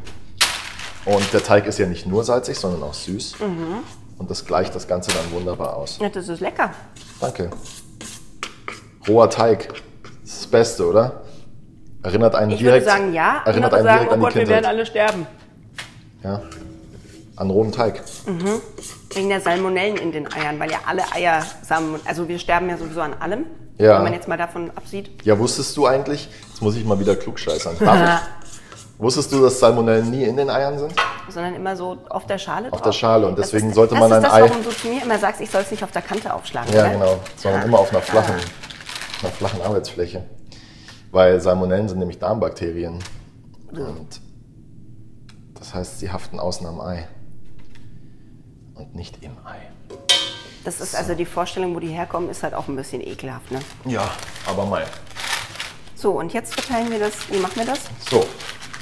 [SPEAKER 2] Und der Teig ist ja nicht nur salzig, sondern auch süß.
[SPEAKER 1] Mhm.
[SPEAKER 2] Und das gleicht das Ganze dann wunderbar aus.
[SPEAKER 1] Ja, das ist lecker.
[SPEAKER 2] Danke. Roher Teig. Das ist das Beste, oder? Erinnert einen
[SPEAKER 1] Ich
[SPEAKER 2] direkt,
[SPEAKER 1] würde sagen ja.
[SPEAKER 2] halt erinnert
[SPEAKER 1] Andere
[SPEAKER 2] einen
[SPEAKER 1] sagen,
[SPEAKER 2] direkt
[SPEAKER 1] oh
[SPEAKER 2] an die
[SPEAKER 1] Gott, wir werden
[SPEAKER 2] Kindheit.
[SPEAKER 1] alle sterben.
[SPEAKER 2] Ja. An rohen Teig.
[SPEAKER 1] Wegen der Salmonellen in den Eiern, weil ja alle Eier, Salmon- also wir sterben ja sowieso an allem.
[SPEAKER 2] Ja.
[SPEAKER 1] Wenn man jetzt mal davon absieht.
[SPEAKER 2] Ja, wusstest du eigentlich, jetzt muss ich mal wieder klugscheißern. Darf ich? Wusstest du, dass Salmonellen nie in den Eiern sind?
[SPEAKER 1] sondern immer so auf der Schale drauf.
[SPEAKER 2] Auf der Schale und deswegen
[SPEAKER 1] das ist,
[SPEAKER 2] sollte man
[SPEAKER 1] das
[SPEAKER 2] ein
[SPEAKER 1] ist das,
[SPEAKER 2] Ei-
[SPEAKER 1] warum du zu mir immer sagst, ich soll es nicht auf der Kante aufschlagen.
[SPEAKER 2] Ja,
[SPEAKER 1] oder?
[SPEAKER 2] genau. Sondern
[SPEAKER 1] Ah.
[SPEAKER 2] immer auf einer flachen, einer flachen Arbeitsfläche. Weil Salmonellen sind nämlich Darmbakterien. Und das heißt, sie haften außen am Ei. Und nicht im Ei.
[SPEAKER 1] Das ist also die Vorstellung, wo die herkommen, ist halt auch ein bisschen ekelhaft. Ne?
[SPEAKER 2] Ja, aber mal.
[SPEAKER 1] So, und jetzt verteilen wir das. Wie machen wir das?
[SPEAKER 2] So,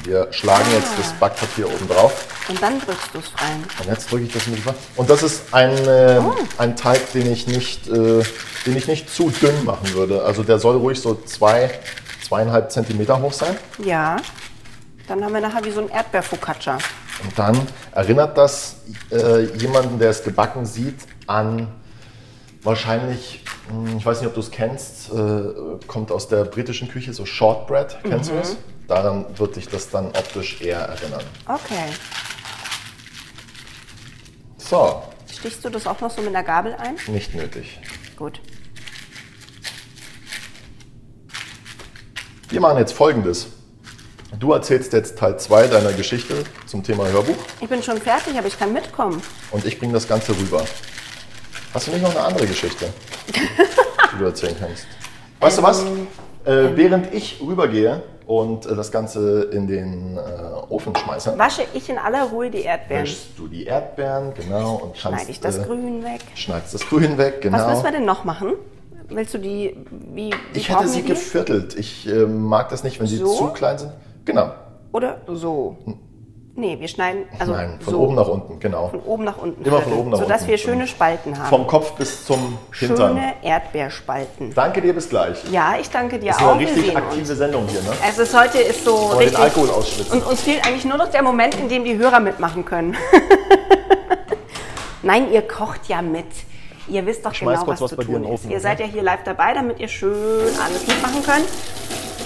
[SPEAKER 2] wir schlagen jetzt das Backpapier oben drauf.
[SPEAKER 1] Und dann drückst du es rein.
[SPEAKER 2] Und jetzt drücke ich das mit. Und das ist ein, äh, ein Teig, den ich, nicht, äh, den ich nicht zu dünn machen würde. Also der soll ruhig so zwei, zweieinhalb Zentimeter hoch sein.
[SPEAKER 1] Ja. Dann haben wir nachher wie so ein Erdbeerfocaccia.
[SPEAKER 2] Und dann erinnert das äh, jemanden, der es gebacken sieht, an wahrscheinlich, mh, ich weiß nicht, ob du es kennst, äh, kommt aus der britischen Küche, so Shortbread. Kennst du das? Daran würde ich das dann optisch eher erinnern.
[SPEAKER 1] Okay.
[SPEAKER 2] So,
[SPEAKER 1] Stichst du das auch noch so mit einer Gabel ein?
[SPEAKER 2] nicht nötig.
[SPEAKER 1] Gut.
[SPEAKER 2] Wir machen jetzt folgendes. Du erzählst jetzt Teil 2 deiner Geschichte zum Thema Hörbuch
[SPEAKER 1] Ich bin schon fertig, aber ich kann mitkommen.
[SPEAKER 2] und ich bringe das Ganze rüber. Hast du nicht noch eine andere Geschichte, die du erzählen kannst? Weißt du was?
[SPEAKER 1] Ähm,
[SPEAKER 2] Äh, während ich rübergehe und äh, das Ganze in den äh, Ofen schmeiße,
[SPEAKER 1] Wasche ich in aller Ruhe die Erdbeeren.
[SPEAKER 2] wäschst du die Erdbeeren, genau, und kannst.
[SPEAKER 1] Schneide ich das
[SPEAKER 2] äh,
[SPEAKER 1] Grün weg.
[SPEAKER 2] Schneidest das Grün weg, genau.
[SPEAKER 1] Was müssen wir denn noch machen? Willst du die, wie, wie
[SPEAKER 2] ich
[SPEAKER 1] brauchen
[SPEAKER 2] hätte
[SPEAKER 1] wir
[SPEAKER 2] sie
[SPEAKER 1] die?
[SPEAKER 2] geviertelt. Ich äh, mag das nicht, wenn sie
[SPEAKER 1] So?
[SPEAKER 2] zu klein sind. Genau.
[SPEAKER 1] Oder so? Nee, wir schneiden, also
[SPEAKER 2] Nein, von
[SPEAKER 1] so.
[SPEAKER 2] oben nach unten, genau.
[SPEAKER 1] Von oben nach unten.
[SPEAKER 2] Immer von
[SPEAKER 1] vierteln,
[SPEAKER 2] oben nach
[SPEAKER 1] Sodass
[SPEAKER 2] unten.
[SPEAKER 1] wir schöne Spalten haben.
[SPEAKER 2] Vom Kopf bis zum Hintern.
[SPEAKER 1] Schöne Erdbeerspalten.
[SPEAKER 2] Danke dir, bis gleich.
[SPEAKER 1] Ja, ich danke dir
[SPEAKER 2] Das ist
[SPEAKER 1] auch.
[SPEAKER 2] eine richtig
[SPEAKER 1] wir sehen
[SPEAKER 2] aktive
[SPEAKER 1] uns.
[SPEAKER 2] Sendung hier, ne?
[SPEAKER 1] Also Es ist heute ist so
[SPEAKER 2] Wollen wir
[SPEAKER 1] richtig.
[SPEAKER 2] den Alkohol ausschwitzen?
[SPEAKER 1] Und uns fehlt eigentlich nur noch der Moment, in dem die Hörer mitmachen können. Nein, ihr kocht ja mit. Ihr wisst doch
[SPEAKER 2] schmeiß
[SPEAKER 1] genau,
[SPEAKER 2] kurz
[SPEAKER 1] was,
[SPEAKER 2] was
[SPEAKER 1] zu
[SPEAKER 2] bei dir in
[SPEAKER 1] tun
[SPEAKER 2] den
[SPEAKER 1] ist.
[SPEAKER 2] Ofen, ne?
[SPEAKER 1] Ihr
[SPEAKER 2] okay?
[SPEAKER 1] seid ja hier live dabei, damit ihr schön alles mitmachen könnt.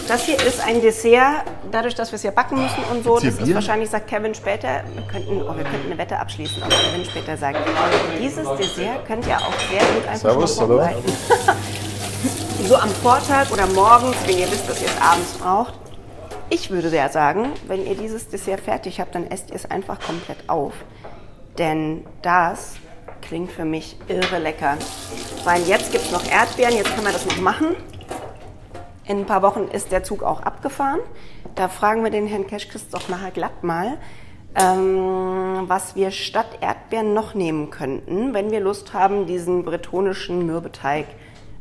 [SPEAKER 1] Das hier ist ein Dessert, dadurch, dass wir es ja backen müssen und so.
[SPEAKER 2] Gibt's hier
[SPEAKER 1] Das ist
[SPEAKER 2] Bier?
[SPEAKER 1] wahrscheinlich, sagt Kevin später, wir könnten, oh, wir könnten eine Wette abschließen, aber Kevin später sagt, dieses Dessert könnt ihr auch sehr gut einfach
[SPEAKER 2] Servus,
[SPEAKER 1] schon
[SPEAKER 2] hallo.
[SPEAKER 1] vorbereiten. So am Vortag oder morgens, wenn ihr wisst, dass ihr es abends braucht. Ich würde ja sagen, wenn ihr dieses Dessert fertig habt, dann esst ihr es einfach komplett auf. Denn das klingt für mich irre lecker. Weil jetzt gibt es noch Erdbeeren, jetzt kann man das noch machen. In ein paar Wochen ist der Zug auch abgefahren. Da fragen wir den Herrn Keschkes doch nachher glatt mal, ähm, was wir statt Erdbeeren noch nehmen könnten, wenn wir Lust haben, diesen bretonischen Mürbeteig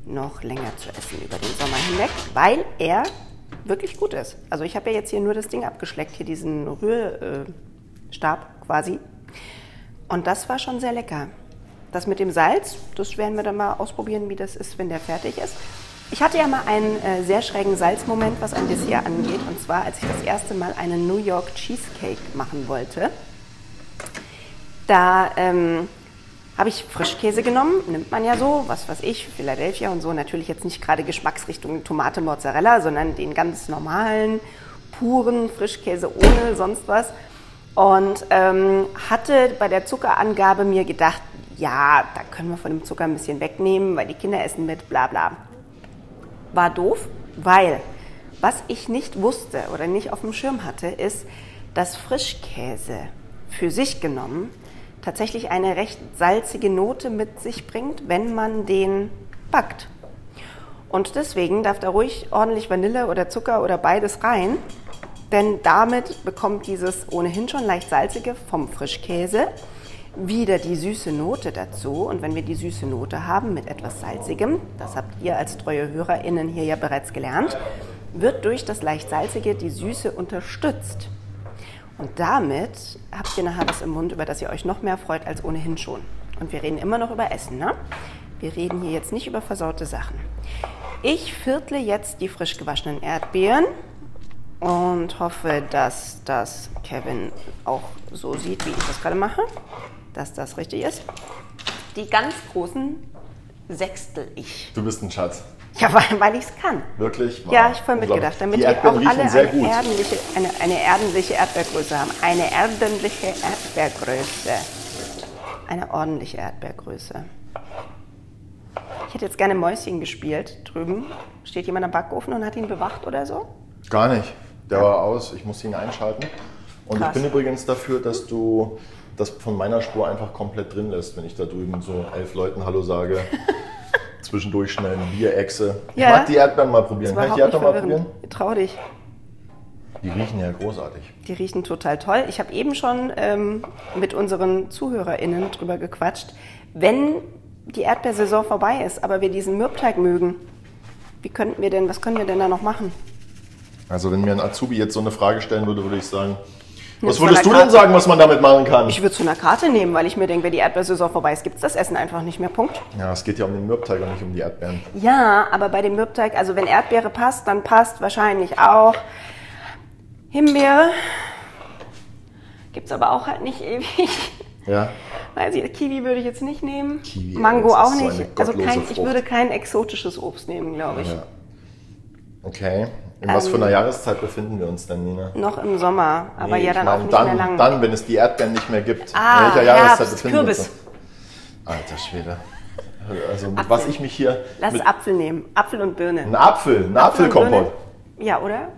[SPEAKER 1] noch länger zu essen über den Sommer hinweg, weil er wirklich gut ist. Also ich habe ja jetzt hier nur das Ding abgeschleckt, hier diesen Rührstab quasi. Und das war schon sehr lecker. Das mit dem Salz, das werden wir dann mal ausprobieren, wie das ist, wenn der fertig ist. Ich hatte ja mal einen äh, sehr schrägen Salzmoment, was ein Dessert angeht. Und zwar, als ich das erste Mal eine New York Cheesecake machen wollte. Da ähm, habe ich Frischkäse genommen, nimmt man ja so, was weiß ich, Philadelphia und so. Natürlich jetzt nicht gerade Geschmacksrichtung Tomate, Mozzarella, sondern den ganz normalen, puren Frischkäse ohne sonst was. Und ähm, hatte bei der Zuckerangabe mir gedacht, ja, da können wir von dem Zucker ein bisschen wegnehmen, weil die Kinder essen mit, bla bla. War doof, weil was ich nicht wusste oder nicht auf dem Schirm hatte, ist, dass Frischkäse für sich genommen tatsächlich eine recht salzige Note mit sich bringt, wenn man den backt. Und deswegen darf da ruhig ordentlich Vanille oder Zucker oder beides rein, denn damit bekommt dieses ohnehin schon leicht salzige vom Frischkäse wieder die süße Note dazu. Und wenn wir die süße Note haben mit etwas salzigem, das habt ihr als treue Hörerinnen hier ja bereits gelernt, wird durch das leicht salzige die Süße unterstützt. Und damit habt ihr nachher was im Mund, über das ihr euch noch mehr freut als ohnehin schon. Und wir reden immer noch über Essen, ne? Wir reden hier jetzt nicht über versaute Sachen. Ich viertle jetzt die frisch gewaschenen Erdbeeren und hoffe, dass das Kevin auch so sieht, wie ich das gerade mache, dass das richtig ist. Die ganz großen sechstel ich.
[SPEAKER 2] Du bist ein Schatz.
[SPEAKER 1] Ja, weil, weil ich es kann.
[SPEAKER 2] Wirklich? Wow.
[SPEAKER 1] Ja, ich voll mitgedacht, damit
[SPEAKER 2] die
[SPEAKER 1] wir auch
[SPEAKER 2] Erdbeeren
[SPEAKER 1] alle
[SPEAKER 2] riechen
[SPEAKER 1] eine
[SPEAKER 2] sehr gut.
[SPEAKER 1] ordentliche, eine, eine ordentliche Erdbeergröße haben. Eine ordentliche Erdbeergröße. Eine ordentliche Erdbeergröße. Ich hätte jetzt gerne Mäuschen gespielt drüben. Steht jemand am Backofen und hat ihn bewacht oder so?
[SPEAKER 2] Gar nicht. Der war aus, ich musste ihn einschalten. Und
[SPEAKER 1] Krass.
[SPEAKER 2] ich bin übrigens dafür, dass du das von meiner Spur einfach komplett drin lässt, wenn ich da drüben so elf Leuten Hallo sage. Zwischendurch schnell eine Bierechse.
[SPEAKER 1] Ja.
[SPEAKER 2] Ich mag die Erdbeeren mal probieren. Kann ich
[SPEAKER 1] Überhaupt
[SPEAKER 2] die
[SPEAKER 1] nicht
[SPEAKER 2] Erdbeeren mal probieren?
[SPEAKER 1] verwirrend. Trau dich.
[SPEAKER 2] Die riechen ja großartig.
[SPEAKER 1] Die riechen total toll. Ich habe eben schon ähm, mit unseren ZuhörerInnen drüber gequatscht. Wenn die Erdbeersaison vorbei ist, aber wir diesen Mürbteig mögen, wie könnten wir denn, was können wir denn da noch machen?
[SPEAKER 2] Also wenn mir ein Azubi jetzt so eine Frage stellen würde, würde ich sagen, was
[SPEAKER 1] von
[SPEAKER 2] würdest
[SPEAKER 1] der
[SPEAKER 2] du denn
[SPEAKER 1] Karte.
[SPEAKER 2] sagen, was man damit machen kann?
[SPEAKER 1] Ich würde es zu einer Karte nehmen, weil ich mir denke, wenn die Erdbeersaison vorbei ist, gibt es das Essen einfach nicht mehr. Punkt.
[SPEAKER 2] ja, es geht ja um den Mürbteig und nicht um die Erdbeeren.
[SPEAKER 1] Ja, aber bei dem Mürbteig, also wenn Erdbeere passt, dann passt wahrscheinlich auch Himbeere. Gibt es aber auch halt nicht ewig.
[SPEAKER 2] Ja.
[SPEAKER 1] Weiß ich, Kiwi würde ich jetzt nicht nehmen.
[SPEAKER 2] Kiwi,
[SPEAKER 1] Mango
[SPEAKER 2] das
[SPEAKER 1] auch
[SPEAKER 2] ist so
[SPEAKER 1] nicht.
[SPEAKER 2] eine
[SPEAKER 1] also
[SPEAKER 2] gottlose
[SPEAKER 1] kein, ich
[SPEAKER 2] Frucht.
[SPEAKER 1] würde kein exotisches Obst nehmen, glaube ich.
[SPEAKER 2] ja. Okay. In was für einer Jahreszeit befinden wir uns denn, Nina?
[SPEAKER 1] Noch im Sommer, Ähm. aber
[SPEAKER 2] Nee,
[SPEAKER 1] ja
[SPEAKER 2] ich
[SPEAKER 1] dann auch
[SPEAKER 2] meine,
[SPEAKER 1] nicht
[SPEAKER 2] dann,
[SPEAKER 1] mehr lang.
[SPEAKER 2] Dann, wenn es die Erdbeeren nicht mehr gibt.
[SPEAKER 1] Ah,
[SPEAKER 2] In welcher Jahreszeit
[SPEAKER 1] Herbst,
[SPEAKER 2] befinden wir uns
[SPEAKER 1] Kürbis.
[SPEAKER 2] da? Alter Schwede. Also, mit was ich mich hier.
[SPEAKER 1] Lass
[SPEAKER 2] mit,
[SPEAKER 1] Apfel nehmen. Apfel und Birne.
[SPEAKER 2] ein Apfel,
[SPEAKER 1] Apfel
[SPEAKER 2] ein
[SPEAKER 1] und
[SPEAKER 2] Apfelkompott.
[SPEAKER 1] Birne. Ja, oder?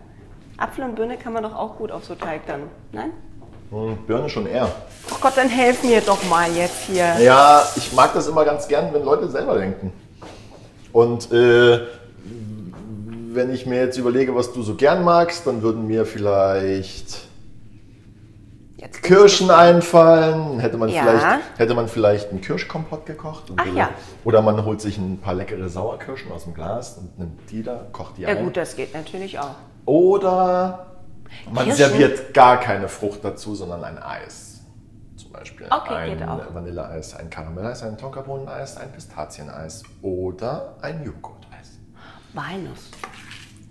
[SPEAKER 1] Apfel und Birne kann man doch auch gut auf so Teig dann. Nein?
[SPEAKER 2] Birne. Birne schon eher.
[SPEAKER 1] Oh Gott, dann helf mir doch mal jetzt hier.
[SPEAKER 2] Ja, ich mag das immer ganz gern, wenn Leute selber denken. Und äh, wenn ich mir jetzt überlege, was du so gern magst, dann würden mir vielleicht
[SPEAKER 1] Jetzt
[SPEAKER 2] Kirschen einfallen. Hätte man,
[SPEAKER 1] Ja.
[SPEAKER 2] vielleicht, hätte man vielleicht einen Kirschkompott gekocht. und
[SPEAKER 1] Ach
[SPEAKER 2] würde-
[SPEAKER 1] ja.
[SPEAKER 2] Oder man holt sich ein paar leckere Sauerkirschen aus dem Glas und nimmt die da, kocht die
[SPEAKER 1] Ja
[SPEAKER 2] ein.
[SPEAKER 1] gut, das geht natürlich auch.
[SPEAKER 2] Oder man
[SPEAKER 1] Kirschen?
[SPEAKER 2] serviert gar keine Frucht dazu, sondern ein Eis. Zum Beispiel
[SPEAKER 1] Okay,
[SPEAKER 2] ein
[SPEAKER 1] geht auch.
[SPEAKER 2] Vanilleeis, ein Karamelleis, ein Tonkabohneneis, ein Pistazieneis oder ein Joghurteis.
[SPEAKER 1] Walnuss.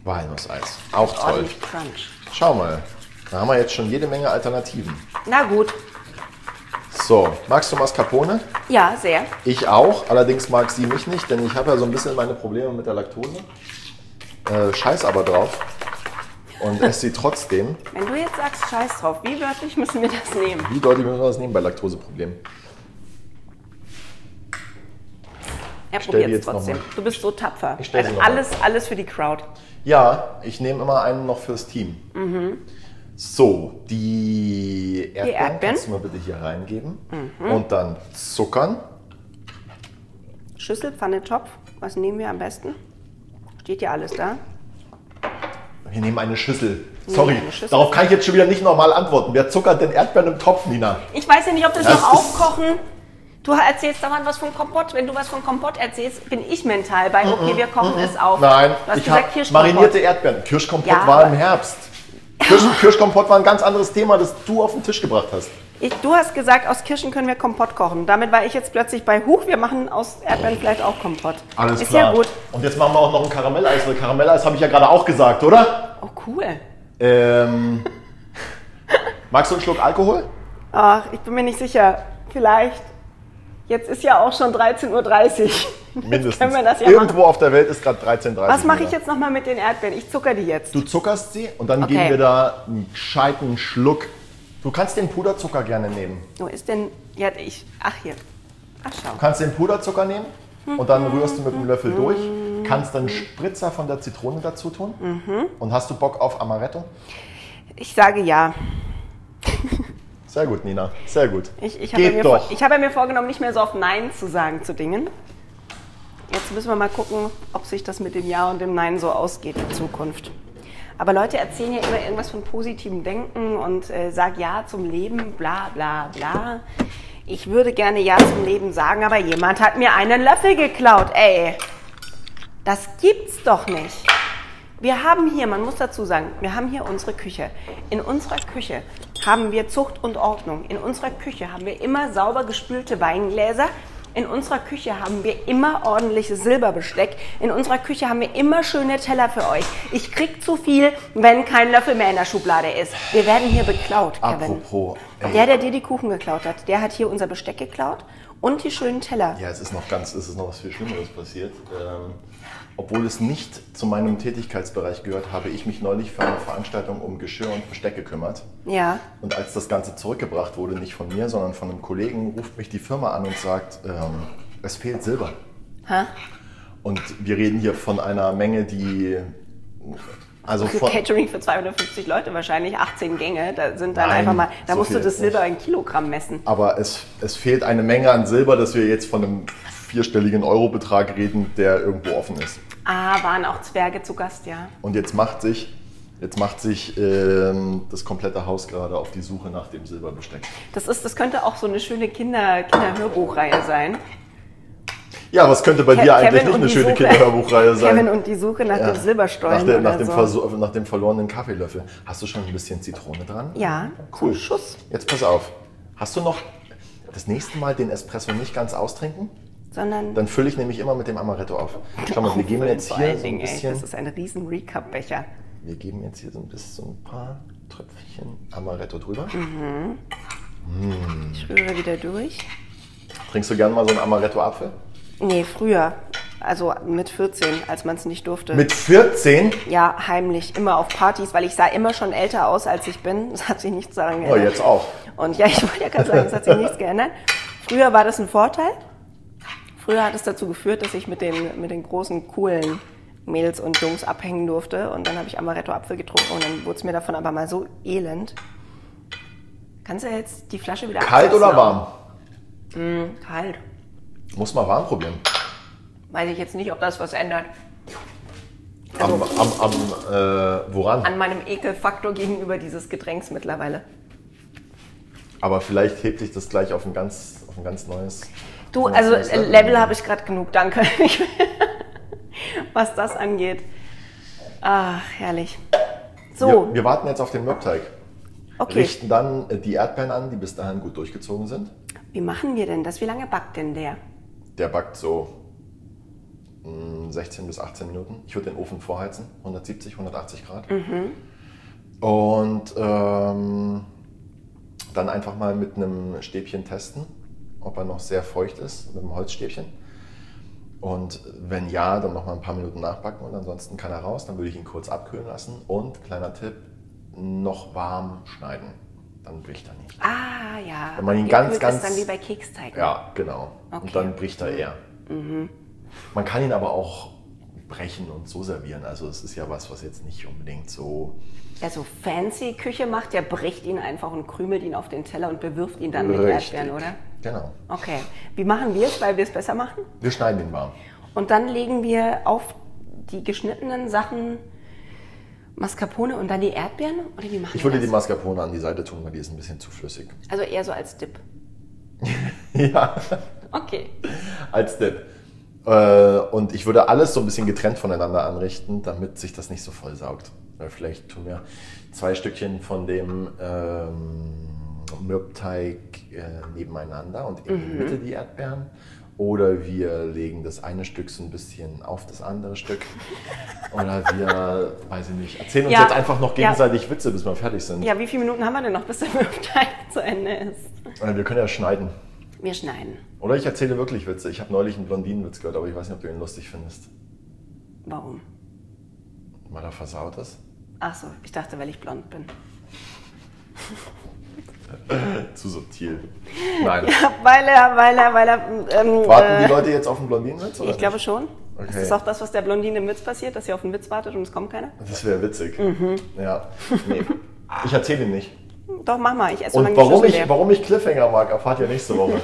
[SPEAKER 2] Walnusseis, auch toll.
[SPEAKER 1] Ordentlich Crunch.
[SPEAKER 2] Schau mal, da haben wir jetzt schon jede Menge Alternativen.
[SPEAKER 1] Na gut.
[SPEAKER 2] So, magst du Mascarpone?
[SPEAKER 1] Ja, sehr.
[SPEAKER 2] Ich auch, allerdings mag sie mich nicht, denn ich habe ja so ein bisschen meine Probleme mit der Laktose. Äh, scheiß aber drauf und esse sie trotzdem.
[SPEAKER 1] Wenn du jetzt sagst, scheiß drauf, wie wörtlich müssen wir das nehmen?
[SPEAKER 2] Wie deutlich müssen wir das nehmen bei Laktoseproblemen?
[SPEAKER 1] Er
[SPEAKER 2] stell die
[SPEAKER 1] probiert es
[SPEAKER 2] jetzt noch
[SPEAKER 1] trotzdem.
[SPEAKER 2] mal.
[SPEAKER 1] Du bist so tapfer.
[SPEAKER 2] Ich stell sie
[SPEAKER 1] Also
[SPEAKER 2] noch mal.
[SPEAKER 1] alles, alles für die Crowd.
[SPEAKER 2] Ja, ich nehme immer einen noch fürs Team. So, die Erdbeeren,
[SPEAKER 1] Erdbeeren. Mhm.
[SPEAKER 2] kannst du mal bitte hier reingeben. Und dann zuckern.
[SPEAKER 1] Schüssel, Pfanne, Topf. Was nehmen wir am besten? Steht ja alles da.
[SPEAKER 2] Wir nehmen eine Schüssel. Sorry,
[SPEAKER 1] eine Schüssel.
[SPEAKER 2] darauf kann ich jetzt schon wieder nicht normal antworten. Wer zuckert denn Erdbeeren im Topf, Nina?
[SPEAKER 1] Ich weiß ja nicht, ob das,
[SPEAKER 2] Das
[SPEAKER 1] noch
[SPEAKER 2] ist-
[SPEAKER 1] aufkochen. Du erzählst dauernd was von Kompott. Wenn du was von Kompott erzählst, bin ich mental bei, okay, wir kochen es auf.
[SPEAKER 2] Nein,
[SPEAKER 1] du hast
[SPEAKER 2] ich
[SPEAKER 1] gesagt,
[SPEAKER 2] habe
[SPEAKER 1] Kirschkompott.
[SPEAKER 2] marinierte Erdbeeren. Kirschkompott
[SPEAKER 1] Ja,
[SPEAKER 2] war
[SPEAKER 1] aber-
[SPEAKER 2] im Herbst. Kirsch, Kirschkompott war ein ganz anderes Thema, das du auf den Tisch gebracht hast.
[SPEAKER 1] Ich, du hast gesagt, aus Kirschen können wir Kompott kochen. Damit war ich jetzt plötzlich bei, huch, wir machen aus Erdbeeren vielleicht auch Kompott.
[SPEAKER 2] Alles
[SPEAKER 1] Ist
[SPEAKER 2] klar.
[SPEAKER 1] ja gut.
[SPEAKER 2] Und jetzt machen wir auch noch ein Karamelleis, weil Karamelleis habe ich ja gerade auch gesagt, oder?
[SPEAKER 1] Oh, cool.
[SPEAKER 2] Ähm, magst du einen Schluck Alkohol?
[SPEAKER 1] Ach, ich bin mir nicht sicher. vielleicht, jetzt ist ja auch schon 13.30 Uhr.
[SPEAKER 2] Mindestens.
[SPEAKER 1] können wir das ja
[SPEAKER 2] Irgendwo auf der Welt ist gerade 13.30 Uhr.
[SPEAKER 1] Was mache ich jetzt nochmal mit den Erdbeeren? Ich zucker die jetzt.
[SPEAKER 2] Du zuckerst sie und dann
[SPEAKER 1] Okay.
[SPEAKER 2] geben wir da einen gescheiten Schluck. Du kannst den Puderzucker gerne nehmen.
[SPEAKER 1] Wo ist denn, ja, ich, ach hier. Ach schau.
[SPEAKER 2] Du kannst den Puderzucker nehmen und dann rührst du mit dem Löffel durch. Kannst dann Spritzer von der Zitrone dazu tun.
[SPEAKER 1] Mhm.
[SPEAKER 2] Und hast du Bock auf Amaretto?
[SPEAKER 1] Ich sage ja.
[SPEAKER 2] Sehr gut, Nina. Sehr gut.
[SPEAKER 1] Ich, ich, habe
[SPEAKER 2] Geht
[SPEAKER 1] mir
[SPEAKER 2] doch.
[SPEAKER 1] Vor, ich habe mir vorgenommen, nicht mehr so auf Nein zu sagen zu Dingen. Jetzt müssen wir mal gucken, ob sich das mit dem Ja und dem Nein so ausgeht in Zukunft. Aber Leute erzählen ja immer irgendwas von positivem Denken und äh, sag Ja zum Leben, bla bla bla. Ich würde gerne Ja zum Leben sagen, aber jemand hat mir einen Löffel geklaut. Ey, das gibt's doch nicht. Wir haben hier, man muss dazu sagen, wir haben hier unsere Küche. In unserer Küche haben wir Zucht und Ordnung. In unserer Küche haben wir immer sauber gespülte Weingläser. In unserer Küche haben wir immer ordentliches Silberbesteck. In unserer Küche haben wir immer schöne Teller für euch. Ich krieg zu viel, wenn kein Löffel mehr in der Schublade ist. Wir werden hier beklaut, Kevin.
[SPEAKER 2] Apropos. ey.
[SPEAKER 1] Der, der dir die Kuchen geklaut hat, der hat hier unser Besteck geklaut und die schönen Teller.
[SPEAKER 2] Ja, es ist noch ganz, es ist noch was viel Schlimmeres passiert. Ähm, obwohl es nicht zu meinem Tätigkeitsbereich gehört, habe ich mich neulich für eine Veranstaltung um Geschirr und Besteck gekümmert.
[SPEAKER 1] ja.
[SPEAKER 2] Und als das Ganze zurückgebracht wurde, nicht von mir, sondern von einem Kollegen, ruft mich die Firma an und sagt, ähm, es fehlt Silber.
[SPEAKER 1] Hä?
[SPEAKER 2] Und wir reden hier von einer Menge, die. Also
[SPEAKER 1] Für
[SPEAKER 2] von,
[SPEAKER 1] Catering für 250 Leute wahrscheinlich, 18 Gänge, da sind dann
[SPEAKER 2] Nein,
[SPEAKER 1] einfach mal, da
[SPEAKER 2] so
[SPEAKER 1] musst du
[SPEAKER 2] viel
[SPEAKER 1] das
[SPEAKER 2] ist
[SPEAKER 1] Silber
[SPEAKER 2] nicht.
[SPEAKER 1] in Kilogramm messen.
[SPEAKER 2] aber es, es fehlt eine Menge an Silber, dass wir jetzt von einem vierstelligen Eurobetrag reden, der irgendwo offen ist.
[SPEAKER 1] Ah, waren auch Zwerge zu Gast, ja.
[SPEAKER 2] Und jetzt macht sich, jetzt macht sich ähm, das komplette Haus gerade auf die Suche nach dem Silberbesteck.
[SPEAKER 1] Das, ist, das könnte auch so eine schöne Kinder, Kinderhörbuchreihe sein.
[SPEAKER 2] Ja, was könnte bei
[SPEAKER 1] Ke-
[SPEAKER 2] dir eigentlich
[SPEAKER 1] Kevin und
[SPEAKER 2] nicht eine
[SPEAKER 1] die
[SPEAKER 2] schöne
[SPEAKER 1] Suche-
[SPEAKER 2] Kinderhörbuchreihe sein?
[SPEAKER 1] Kevin und die Suche nach
[SPEAKER 2] Ja,
[SPEAKER 1] dem Silberstollen
[SPEAKER 2] Nach, der, nach,
[SPEAKER 1] oder
[SPEAKER 2] dem
[SPEAKER 1] so.
[SPEAKER 2] Versu- nach dem verlorenen Kaffeelöffel. Hast du schon ein bisschen Zitrone dran?
[SPEAKER 1] Ja,
[SPEAKER 2] cool.
[SPEAKER 1] so ein Schuss.
[SPEAKER 2] Jetzt pass auf. Hast du noch das nächste Mal den Espresso nicht ganz austrinken?
[SPEAKER 1] Sondern Oh,
[SPEAKER 2] Dann fülle ich nämlich immer mit dem Amaretto auf. Schau mal, wir geben
[SPEAKER 1] Vor
[SPEAKER 2] jetzt hier
[SPEAKER 1] allen
[SPEAKER 2] so ein
[SPEAKER 1] Dingen, Ey,
[SPEAKER 2] bisschen.
[SPEAKER 1] das ist ein riesen Recap-Becher.
[SPEAKER 2] Wir geben jetzt hier so ein bisschen ein paar Tröpfchen Amaretto drüber.
[SPEAKER 1] Hm. Ich rühre wieder durch.
[SPEAKER 2] Trinkst du gern mal so einen Amaretto-Apfel?
[SPEAKER 1] Nee, früher. Also mit 14, als man es nicht durfte.
[SPEAKER 2] Mit 14?
[SPEAKER 1] ja, heimlich, immer auf Partys, weil ich sah immer schon älter aus, als ich bin. Das hat sich nichts daran
[SPEAKER 2] Oh,
[SPEAKER 1] geändert.
[SPEAKER 2] jetzt auch.
[SPEAKER 1] Und ja, ich wollte ja gerade sagen, es hat sich nichts geändert. Früher war das ein Vorteil. Früher hat es dazu geführt, dass ich mit den, mit den großen, coolen Mädels und Jungs abhängen durfte. Und dann habe ich Amaretto-Apfel getrunken und dann wurde es mir davon aber mal so elend. Kannst du jetzt die Flasche wieder
[SPEAKER 2] Kalt
[SPEAKER 1] absetzen? Hm,
[SPEAKER 2] oder warm?
[SPEAKER 1] Kalt.
[SPEAKER 2] Muss mal warm probieren.
[SPEAKER 1] Weiß ich jetzt nicht, ob das was ändert.
[SPEAKER 2] Am,
[SPEAKER 1] Also-
[SPEAKER 2] am, am, äh, woran?
[SPEAKER 1] An meinem Ekelfaktor gegenüber dieses Getränks mittlerweile.
[SPEAKER 2] Aber vielleicht hebt sich das gleich auf ein ganz, auf ein ganz neues.
[SPEAKER 1] Du,
[SPEAKER 2] auf halt ein
[SPEAKER 1] also
[SPEAKER 2] neues
[SPEAKER 1] äh, Level habe ich gerade genug, danke. Was das angeht. Ach, herrlich. So,
[SPEAKER 2] Wir, wir warten jetzt auf den Mürbteig.
[SPEAKER 1] okay.
[SPEAKER 2] Richten dann äh, die Erdbeeren an, die bis dahin gut durchgezogen sind.
[SPEAKER 1] Wie machen wir denn das? Wie lange backt denn der?
[SPEAKER 2] Der backt so mh, 16 bis 18 Minuten. Ich würde den Ofen vorheizen, 170, 180 Grad. Und ähm, dann einfach mal mit einem Stäbchen testen, ob er noch sehr feucht ist, mit einem Holzstäbchen. Und wenn ja, dann noch mal ein paar Minuten nachbacken und ansonsten kann er raus. Dann würde ich ihn kurz abkühlen lassen und kleiner Tipp, noch warm schneiden. Dann bricht er nicht.
[SPEAKER 1] Ah, ja.
[SPEAKER 2] Wenn man ihn
[SPEAKER 1] Gekühlt
[SPEAKER 2] ganz,
[SPEAKER 1] ist
[SPEAKER 2] ganz-
[SPEAKER 1] dann wie bei Keksteigen.
[SPEAKER 2] Ja, genau.
[SPEAKER 1] Okay. Mhm.
[SPEAKER 2] Und dann bricht er eher. Man kann ihn aber auch brechen und so servieren. Also es ist ja was, was jetzt nicht unbedingt so.
[SPEAKER 1] Wer so fancy Küche macht, der bricht ihn einfach und krümelt ihn auf den Teller und bewirft ihn dann mit
[SPEAKER 2] Richtig.
[SPEAKER 1] Erdbeeren, oder?
[SPEAKER 2] Genau.
[SPEAKER 1] Okay. Wie machen wir es, weil wir es besser machen?
[SPEAKER 2] Wir schneiden ihn warm.
[SPEAKER 1] Und dann legen wir auf die geschnittenen Sachen Mascarpone und dann die Erdbeeren? Oder wie machen
[SPEAKER 2] Ich
[SPEAKER 1] wir
[SPEAKER 2] würde
[SPEAKER 1] das?
[SPEAKER 2] die Mascarpone an die Seite tun, weil die ist ein bisschen zu flüssig.
[SPEAKER 1] Also eher so als Dip.
[SPEAKER 2] Ja,
[SPEAKER 1] Okay.
[SPEAKER 2] als Tipp. Äh, Und ich würde alles so ein bisschen getrennt voneinander anrichten, damit sich das nicht so voll saugt. Weil vielleicht tun wir zwei Stückchen von dem ähm, Mürbteig äh, nebeneinander und in
[SPEAKER 1] Mhm.
[SPEAKER 2] die Mitte die Erdbeeren. Oder wir legen das eine Stück so ein bisschen auf das andere Stück. Oder wir, weiß ich nicht, erzählen uns
[SPEAKER 1] Ja.
[SPEAKER 2] jetzt einfach noch
[SPEAKER 1] Ja.
[SPEAKER 2] gegenseitig Witze, bis wir fertig sind.
[SPEAKER 1] Ja, wie viele Minuten haben wir denn noch, bis der Mürbteig zu Ende ist?
[SPEAKER 2] Äh, Wir können ja schneiden.
[SPEAKER 1] Wir schneiden.
[SPEAKER 2] Oder ich erzähle wirklich Witze. Ich habe neulich einen Blondinenwitz gehört, aber ich weiß nicht, ob du ihn lustig findest.
[SPEAKER 1] Warum?
[SPEAKER 2] Weil er versaut ist.
[SPEAKER 1] Ach so, ich dachte, weil ich blond bin.
[SPEAKER 2] Zu subtil. Nein.
[SPEAKER 1] Weil er, weil er, weil er. Ähm,
[SPEAKER 2] Warten
[SPEAKER 1] äh,
[SPEAKER 2] die Leute jetzt auf einen Blondinenwitz? Oder
[SPEAKER 1] Ich glaube
[SPEAKER 2] nicht?
[SPEAKER 1] schon.
[SPEAKER 2] Okay.
[SPEAKER 1] Das ist auch das, was der Blondine im Witz passiert, dass sie auf den Witz wartet und es kommt keiner.
[SPEAKER 2] Das wäre witzig.
[SPEAKER 1] Mhm.
[SPEAKER 2] Ja. Nee. Ich erzähle ihn nicht.
[SPEAKER 1] Doch, mach mal, ich esse
[SPEAKER 2] Und
[SPEAKER 1] solange
[SPEAKER 2] warum
[SPEAKER 1] die
[SPEAKER 2] ich,
[SPEAKER 1] Schüssel leer.
[SPEAKER 2] warum ich Cliffhanger mag, erfahrt ihr nächste Woche.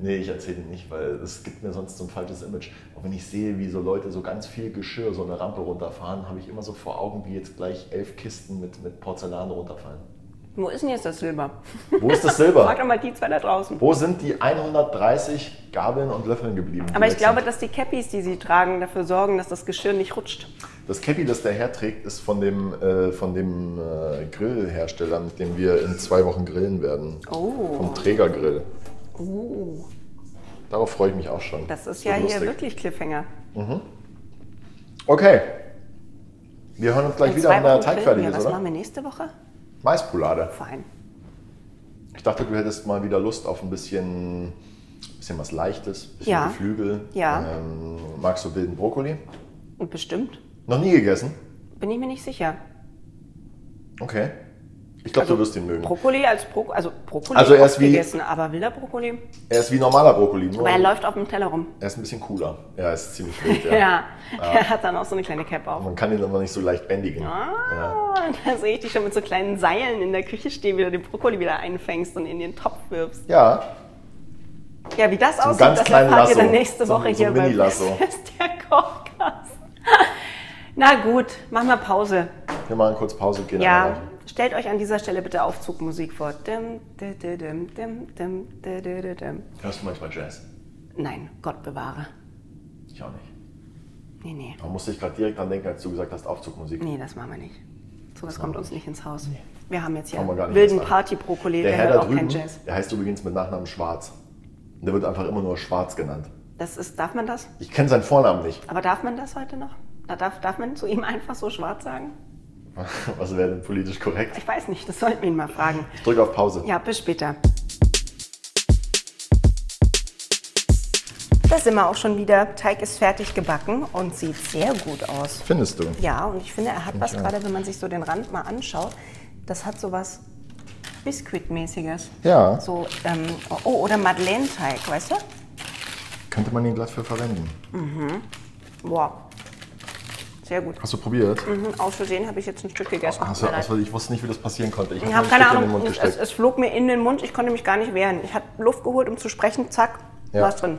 [SPEAKER 2] nee, ich erzähle ihn nicht, weil es gibt mir sonst so ein falsches Image. Auch wenn ich sehe, wie so Leute so ganz viel Geschirr so eine Rampe runterfahren, habe ich immer so vor Augen, wie jetzt gleich elf Kisten mit, mit Porzellan runterfallen.
[SPEAKER 1] Wo ist denn jetzt das Silber?
[SPEAKER 2] Wo ist das
[SPEAKER 1] Frag
[SPEAKER 2] Silber?
[SPEAKER 1] doch mal die zwei da draußen.
[SPEAKER 2] Wo sind die 130 Gabeln und Löffeln geblieben? die
[SPEAKER 1] Aber ich
[SPEAKER 2] weg
[SPEAKER 1] glaube,
[SPEAKER 2] sind?
[SPEAKER 1] dass die Cappies, die sie tragen, dafür sorgen, dass das Geschirr nicht rutscht.
[SPEAKER 2] Das Cappy, das der Herr trägt, ist von dem, äh, von dem äh, Grillhersteller, mit dem wir in zwei Wochen grillen werden.
[SPEAKER 1] Oh.
[SPEAKER 2] Vom Trägergrill. Darauf freue ich mich auch schon.
[SPEAKER 1] Das ist
[SPEAKER 2] So
[SPEAKER 1] ja hier
[SPEAKER 2] lustig.
[SPEAKER 1] wirklich Cliffhanger.
[SPEAKER 2] Okay. Wir hören uns gleich
[SPEAKER 1] In
[SPEAKER 2] wieder,
[SPEAKER 1] zwei
[SPEAKER 2] wenn der
[SPEAKER 1] Wochen
[SPEAKER 2] Teig
[SPEAKER 1] grillen
[SPEAKER 2] fertig
[SPEAKER 1] wir.
[SPEAKER 2] ist,
[SPEAKER 1] Was machen
[SPEAKER 2] oder?
[SPEAKER 1] wir nächste Woche?
[SPEAKER 2] Maispolade.
[SPEAKER 1] Fein.
[SPEAKER 2] Ich dachte, du hättest mal wieder Lust auf ein bisschen, bisschen was Leichtes, ein bisschen
[SPEAKER 1] Ja.
[SPEAKER 2] Geflügel.
[SPEAKER 1] Ja.
[SPEAKER 2] Ähm, magst du wilden Brokkoli?
[SPEAKER 1] Und bestimmt.
[SPEAKER 2] Noch nie gegessen?
[SPEAKER 1] Bin ich mir nicht sicher.
[SPEAKER 2] Okay. Ich
[SPEAKER 1] Also
[SPEAKER 2] glaube, du wirst ihn mögen.
[SPEAKER 1] Brokkoli als Brokkoli, also Brokkoli
[SPEAKER 2] Also er
[SPEAKER 1] oft
[SPEAKER 2] ist wie-
[SPEAKER 1] gegessen, aber wilder Brokkoli.
[SPEAKER 2] Er ist wie normaler Brokkoli, nur
[SPEAKER 1] Aber er läuft auf dem Teller rum.
[SPEAKER 2] er ist ein bisschen cooler. Ja, Ah. er ist ziemlich wild,
[SPEAKER 1] Ja. Er hat dann auch so eine kleine Cap auf.
[SPEAKER 2] Man kann ihn aber nicht so leicht bändigen.
[SPEAKER 1] Ah, da sehe ich dich schon mit so kleinen Seilen in der Küche stehen, wie du den Brokkoli wieder einfängst und in den Topf wirfst.
[SPEAKER 2] Ja,
[SPEAKER 1] Ja, wie das
[SPEAKER 2] ein
[SPEAKER 1] aussieht,
[SPEAKER 2] ganz
[SPEAKER 1] das
[SPEAKER 2] kleinen
[SPEAKER 1] erfahrt ihr dann
[SPEAKER 2] Lasso.
[SPEAKER 1] nächste
[SPEAKER 2] So ein-
[SPEAKER 1] Woche
[SPEAKER 2] so
[SPEAKER 1] hier
[SPEAKER 2] ein
[SPEAKER 1] beim
[SPEAKER 2] Mini-Lasso.
[SPEAKER 1] Fest der Kochkast. Na gut, machen wir Pause.
[SPEAKER 2] wir machen kurz Pause, gehen
[SPEAKER 1] Ja,
[SPEAKER 2] danach.
[SPEAKER 1] stellt euch an dieser Stelle bitte Aufzugmusik vor. Dim, di, di, dim, dim, dim, di, di, di, dim.
[SPEAKER 2] Hörst du manchmal Jazz?
[SPEAKER 1] Nein, Gott bewahre.
[SPEAKER 2] Ich auch nicht.
[SPEAKER 1] Nee, nee.
[SPEAKER 2] Da musste ich gerade direkt dran denken, als du gesagt hast, Aufzugmusik.
[SPEAKER 1] Nee, das machen wir nicht. Sowas kommt uns nicht ins Haus. Wir haben jetzt hier
[SPEAKER 2] Kommen wir gar
[SPEAKER 1] einen
[SPEAKER 2] nicht
[SPEAKER 1] wilden
[SPEAKER 2] erst an.
[SPEAKER 1] Party-Brokkoli,
[SPEAKER 2] Der
[SPEAKER 1] der,
[SPEAKER 2] Herr
[SPEAKER 1] hört
[SPEAKER 2] da
[SPEAKER 1] auch kein
[SPEAKER 2] drüben,
[SPEAKER 1] Jazz.
[SPEAKER 2] der heißt übrigens mit Nachnamen Schwarz. Und der wird einfach immer nur Schwarz genannt.
[SPEAKER 1] Das ist, darf man das?
[SPEAKER 2] Ich kenne seinen Vornamen nicht.
[SPEAKER 1] Aber darf man das heute noch? Da darf, darf man zu ihm einfach so schwarz sagen?
[SPEAKER 2] Was wäre denn politisch korrekt?
[SPEAKER 1] Ich weiß nicht, das sollten wir ihn mal fragen.
[SPEAKER 2] Ich drücke auf Pause.
[SPEAKER 1] Ja, bis später.
[SPEAKER 5] Da sind wir auch schon wieder. Teig ist fertig gebacken und sieht sehr gut aus.
[SPEAKER 2] Findest du?
[SPEAKER 1] Ja, und ich finde, er hat was,
[SPEAKER 2] auch.
[SPEAKER 1] gerade wenn man sich so den Rand mal anschaut, das hat so was Biskuitmäßiges.
[SPEAKER 2] Ja.
[SPEAKER 1] So, ähm, oh, oder Madeleine-Teig, weißt du?
[SPEAKER 2] Könnte man ihn glatt für verwenden.
[SPEAKER 1] Boah, sehr gut.
[SPEAKER 2] Hast du probiert?
[SPEAKER 1] Mhm, aus Versehen habe ich jetzt ein Stück gegessen.
[SPEAKER 2] Hast du, also ich wusste nicht, wie das passieren konnte.
[SPEAKER 1] Ich
[SPEAKER 2] hab
[SPEAKER 1] habe
[SPEAKER 2] mir ein
[SPEAKER 1] keine
[SPEAKER 2] Stück in den
[SPEAKER 1] Ahnung,
[SPEAKER 2] Mund
[SPEAKER 1] es, es,
[SPEAKER 2] gesteckt.
[SPEAKER 1] es flog mir in den Mund, ich konnte mich gar nicht wehren. Ich habe Luft geholt, um zu sprechen, zack,
[SPEAKER 2] Ja.
[SPEAKER 1] war's drin.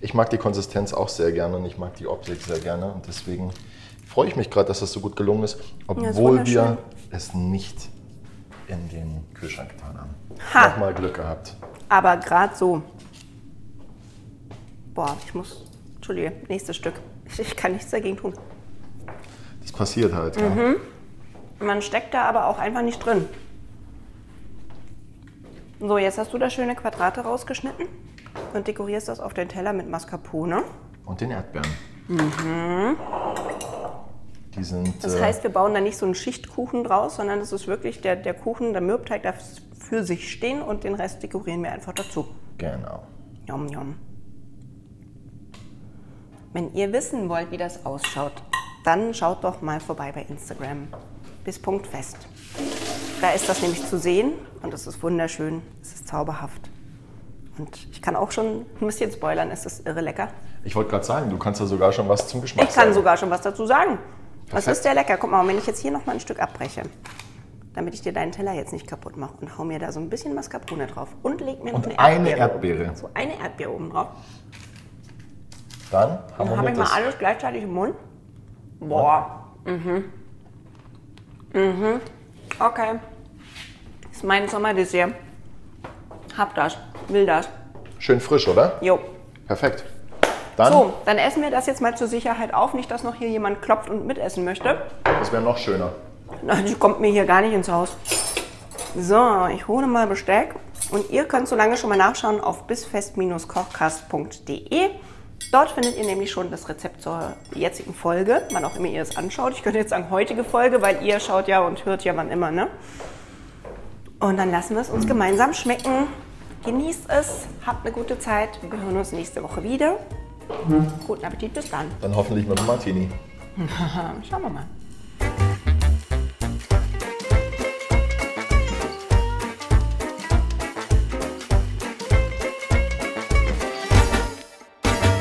[SPEAKER 2] Ich mag die Konsistenz auch sehr gerne und ich mag die Optik sehr gerne. Und deswegen freue ich mich gerade, dass das so gut gelungen ist, obwohl wir
[SPEAKER 1] wunderschön.
[SPEAKER 2] es nicht in den Kühlschrank getan haben.
[SPEAKER 1] Ha.
[SPEAKER 2] Nochmal Glück gehabt.
[SPEAKER 1] Aber gerade so. Boah, ich muss. Entschuldige, nächstes Stück. Ich, ich kann nichts dagegen tun.
[SPEAKER 2] Das passiert halt.
[SPEAKER 1] Mhm.
[SPEAKER 2] Ja.
[SPEAKER 1] Man steckt da aber auch einfach nicht drin. So, jetzt hast du da schöne Quadrate rausgeschnitten und dekorierst das auf den Teller mit Mascarpone.
[SPEAKER 2] Und den Erdbeeren. Die sind.
[SPEAKER 1] Mhm. Das
[SPEAKER 2] äh,
[SPEAKER 1] heißt, wir bauen da nicht so einen Schichtkuchen draus, sondern es ist wirklich der, der Kuchen, der Mürbteig darf für sich stehen und den Rest dekorieren wir einfach dazu.
[SPEAKER 2] genau.
[SPEAKER 1] Yum, yum. Wenn ihr wissen wollt, wie das ausschaut, dann schaut doch mal vorbei bei Instagram. Bis Punkt fest. Da ist das nämlich zu sehen und es ist wunderschön, es ist zauberhaft. Und ich kann auch schon ein bisschen spoilern, es ist irre lecker.
[SPEAKER 2] Ich wollte gerade sagen, du kannst ja sogar schon was zum Geschmack
[SPEAKER 1] Ich kann
[SPEAKER 2] sagen.
[SPEAKER 1] sogar schon was dazu sagen. Was
[SPEAKER 2] Perfekt.
[SPEAKER 1] ist der lecker? Guck mal, und wenn ich jetzt hier noch mal ein Stück abbreche, damit ich dir deinen Teller jetzt nicht kaputt mache und hau mir da so ein bisschen Mascarpone drauf und leg mir noch eine
[SPEAKER 2] Und eine
[SPEAKER 1] Erdbeere.
[SPEAKER 2] Erdbeere.
[SPEAKER 1] So eine Erdbeere oben drauf.
[SPEAKER 2] Dann haben
[SPEAKER 1] Dann
[SPEAKER 2] wir
[SPEAKER 1] habe ich
[SPEAKER 2] mit
[SPEAKER 1] mal
[SPEAKER 2] das.
[SPEAKER 1] alles gleichzeitig im Mund. Boah. Mhm. Mhm. Okay. ist mein Sommerdessert. Hab das. Will das.
[SPEAKER 2] Schön frisch, oder?
[SPEAKER 1] Jo.
[SPEAKER 2] Perfekt. Dann,
[SPEAKER 1] So, dann essen wir das jetzt mal zur Sicherheit auf. Nicht, dass noch hier jemand klopft und mitessen möchte.
[SPEAKER 2] das wäre noch schöner.
[SPEAKER 1] Na, Die kommt mir hier gar nicht ins Haus. So, ich hole mal Besteck. Und ihr könnt so lange schon mal nachschauen auf bisfest-kochkast.de. Dort findet ihr nämlich schon das Rezept zur jetzigen Folge, wann auch immer ihr es anschaut. Ich könnte jetzt sagen heutige Folge, weil ihr schaut ja und hört ja wann immer, ne? Und dann lassen wir es uns gemeinsam schmecken. Genießt es, habt eine gute Zeit. Wir hören uns nächste Woche wieder. Guten Appetit, bis dann.
[SPEAKER 2] Dann hoffentlich mit einem Martini.
[SPEAKER 1] Schauen wir mal.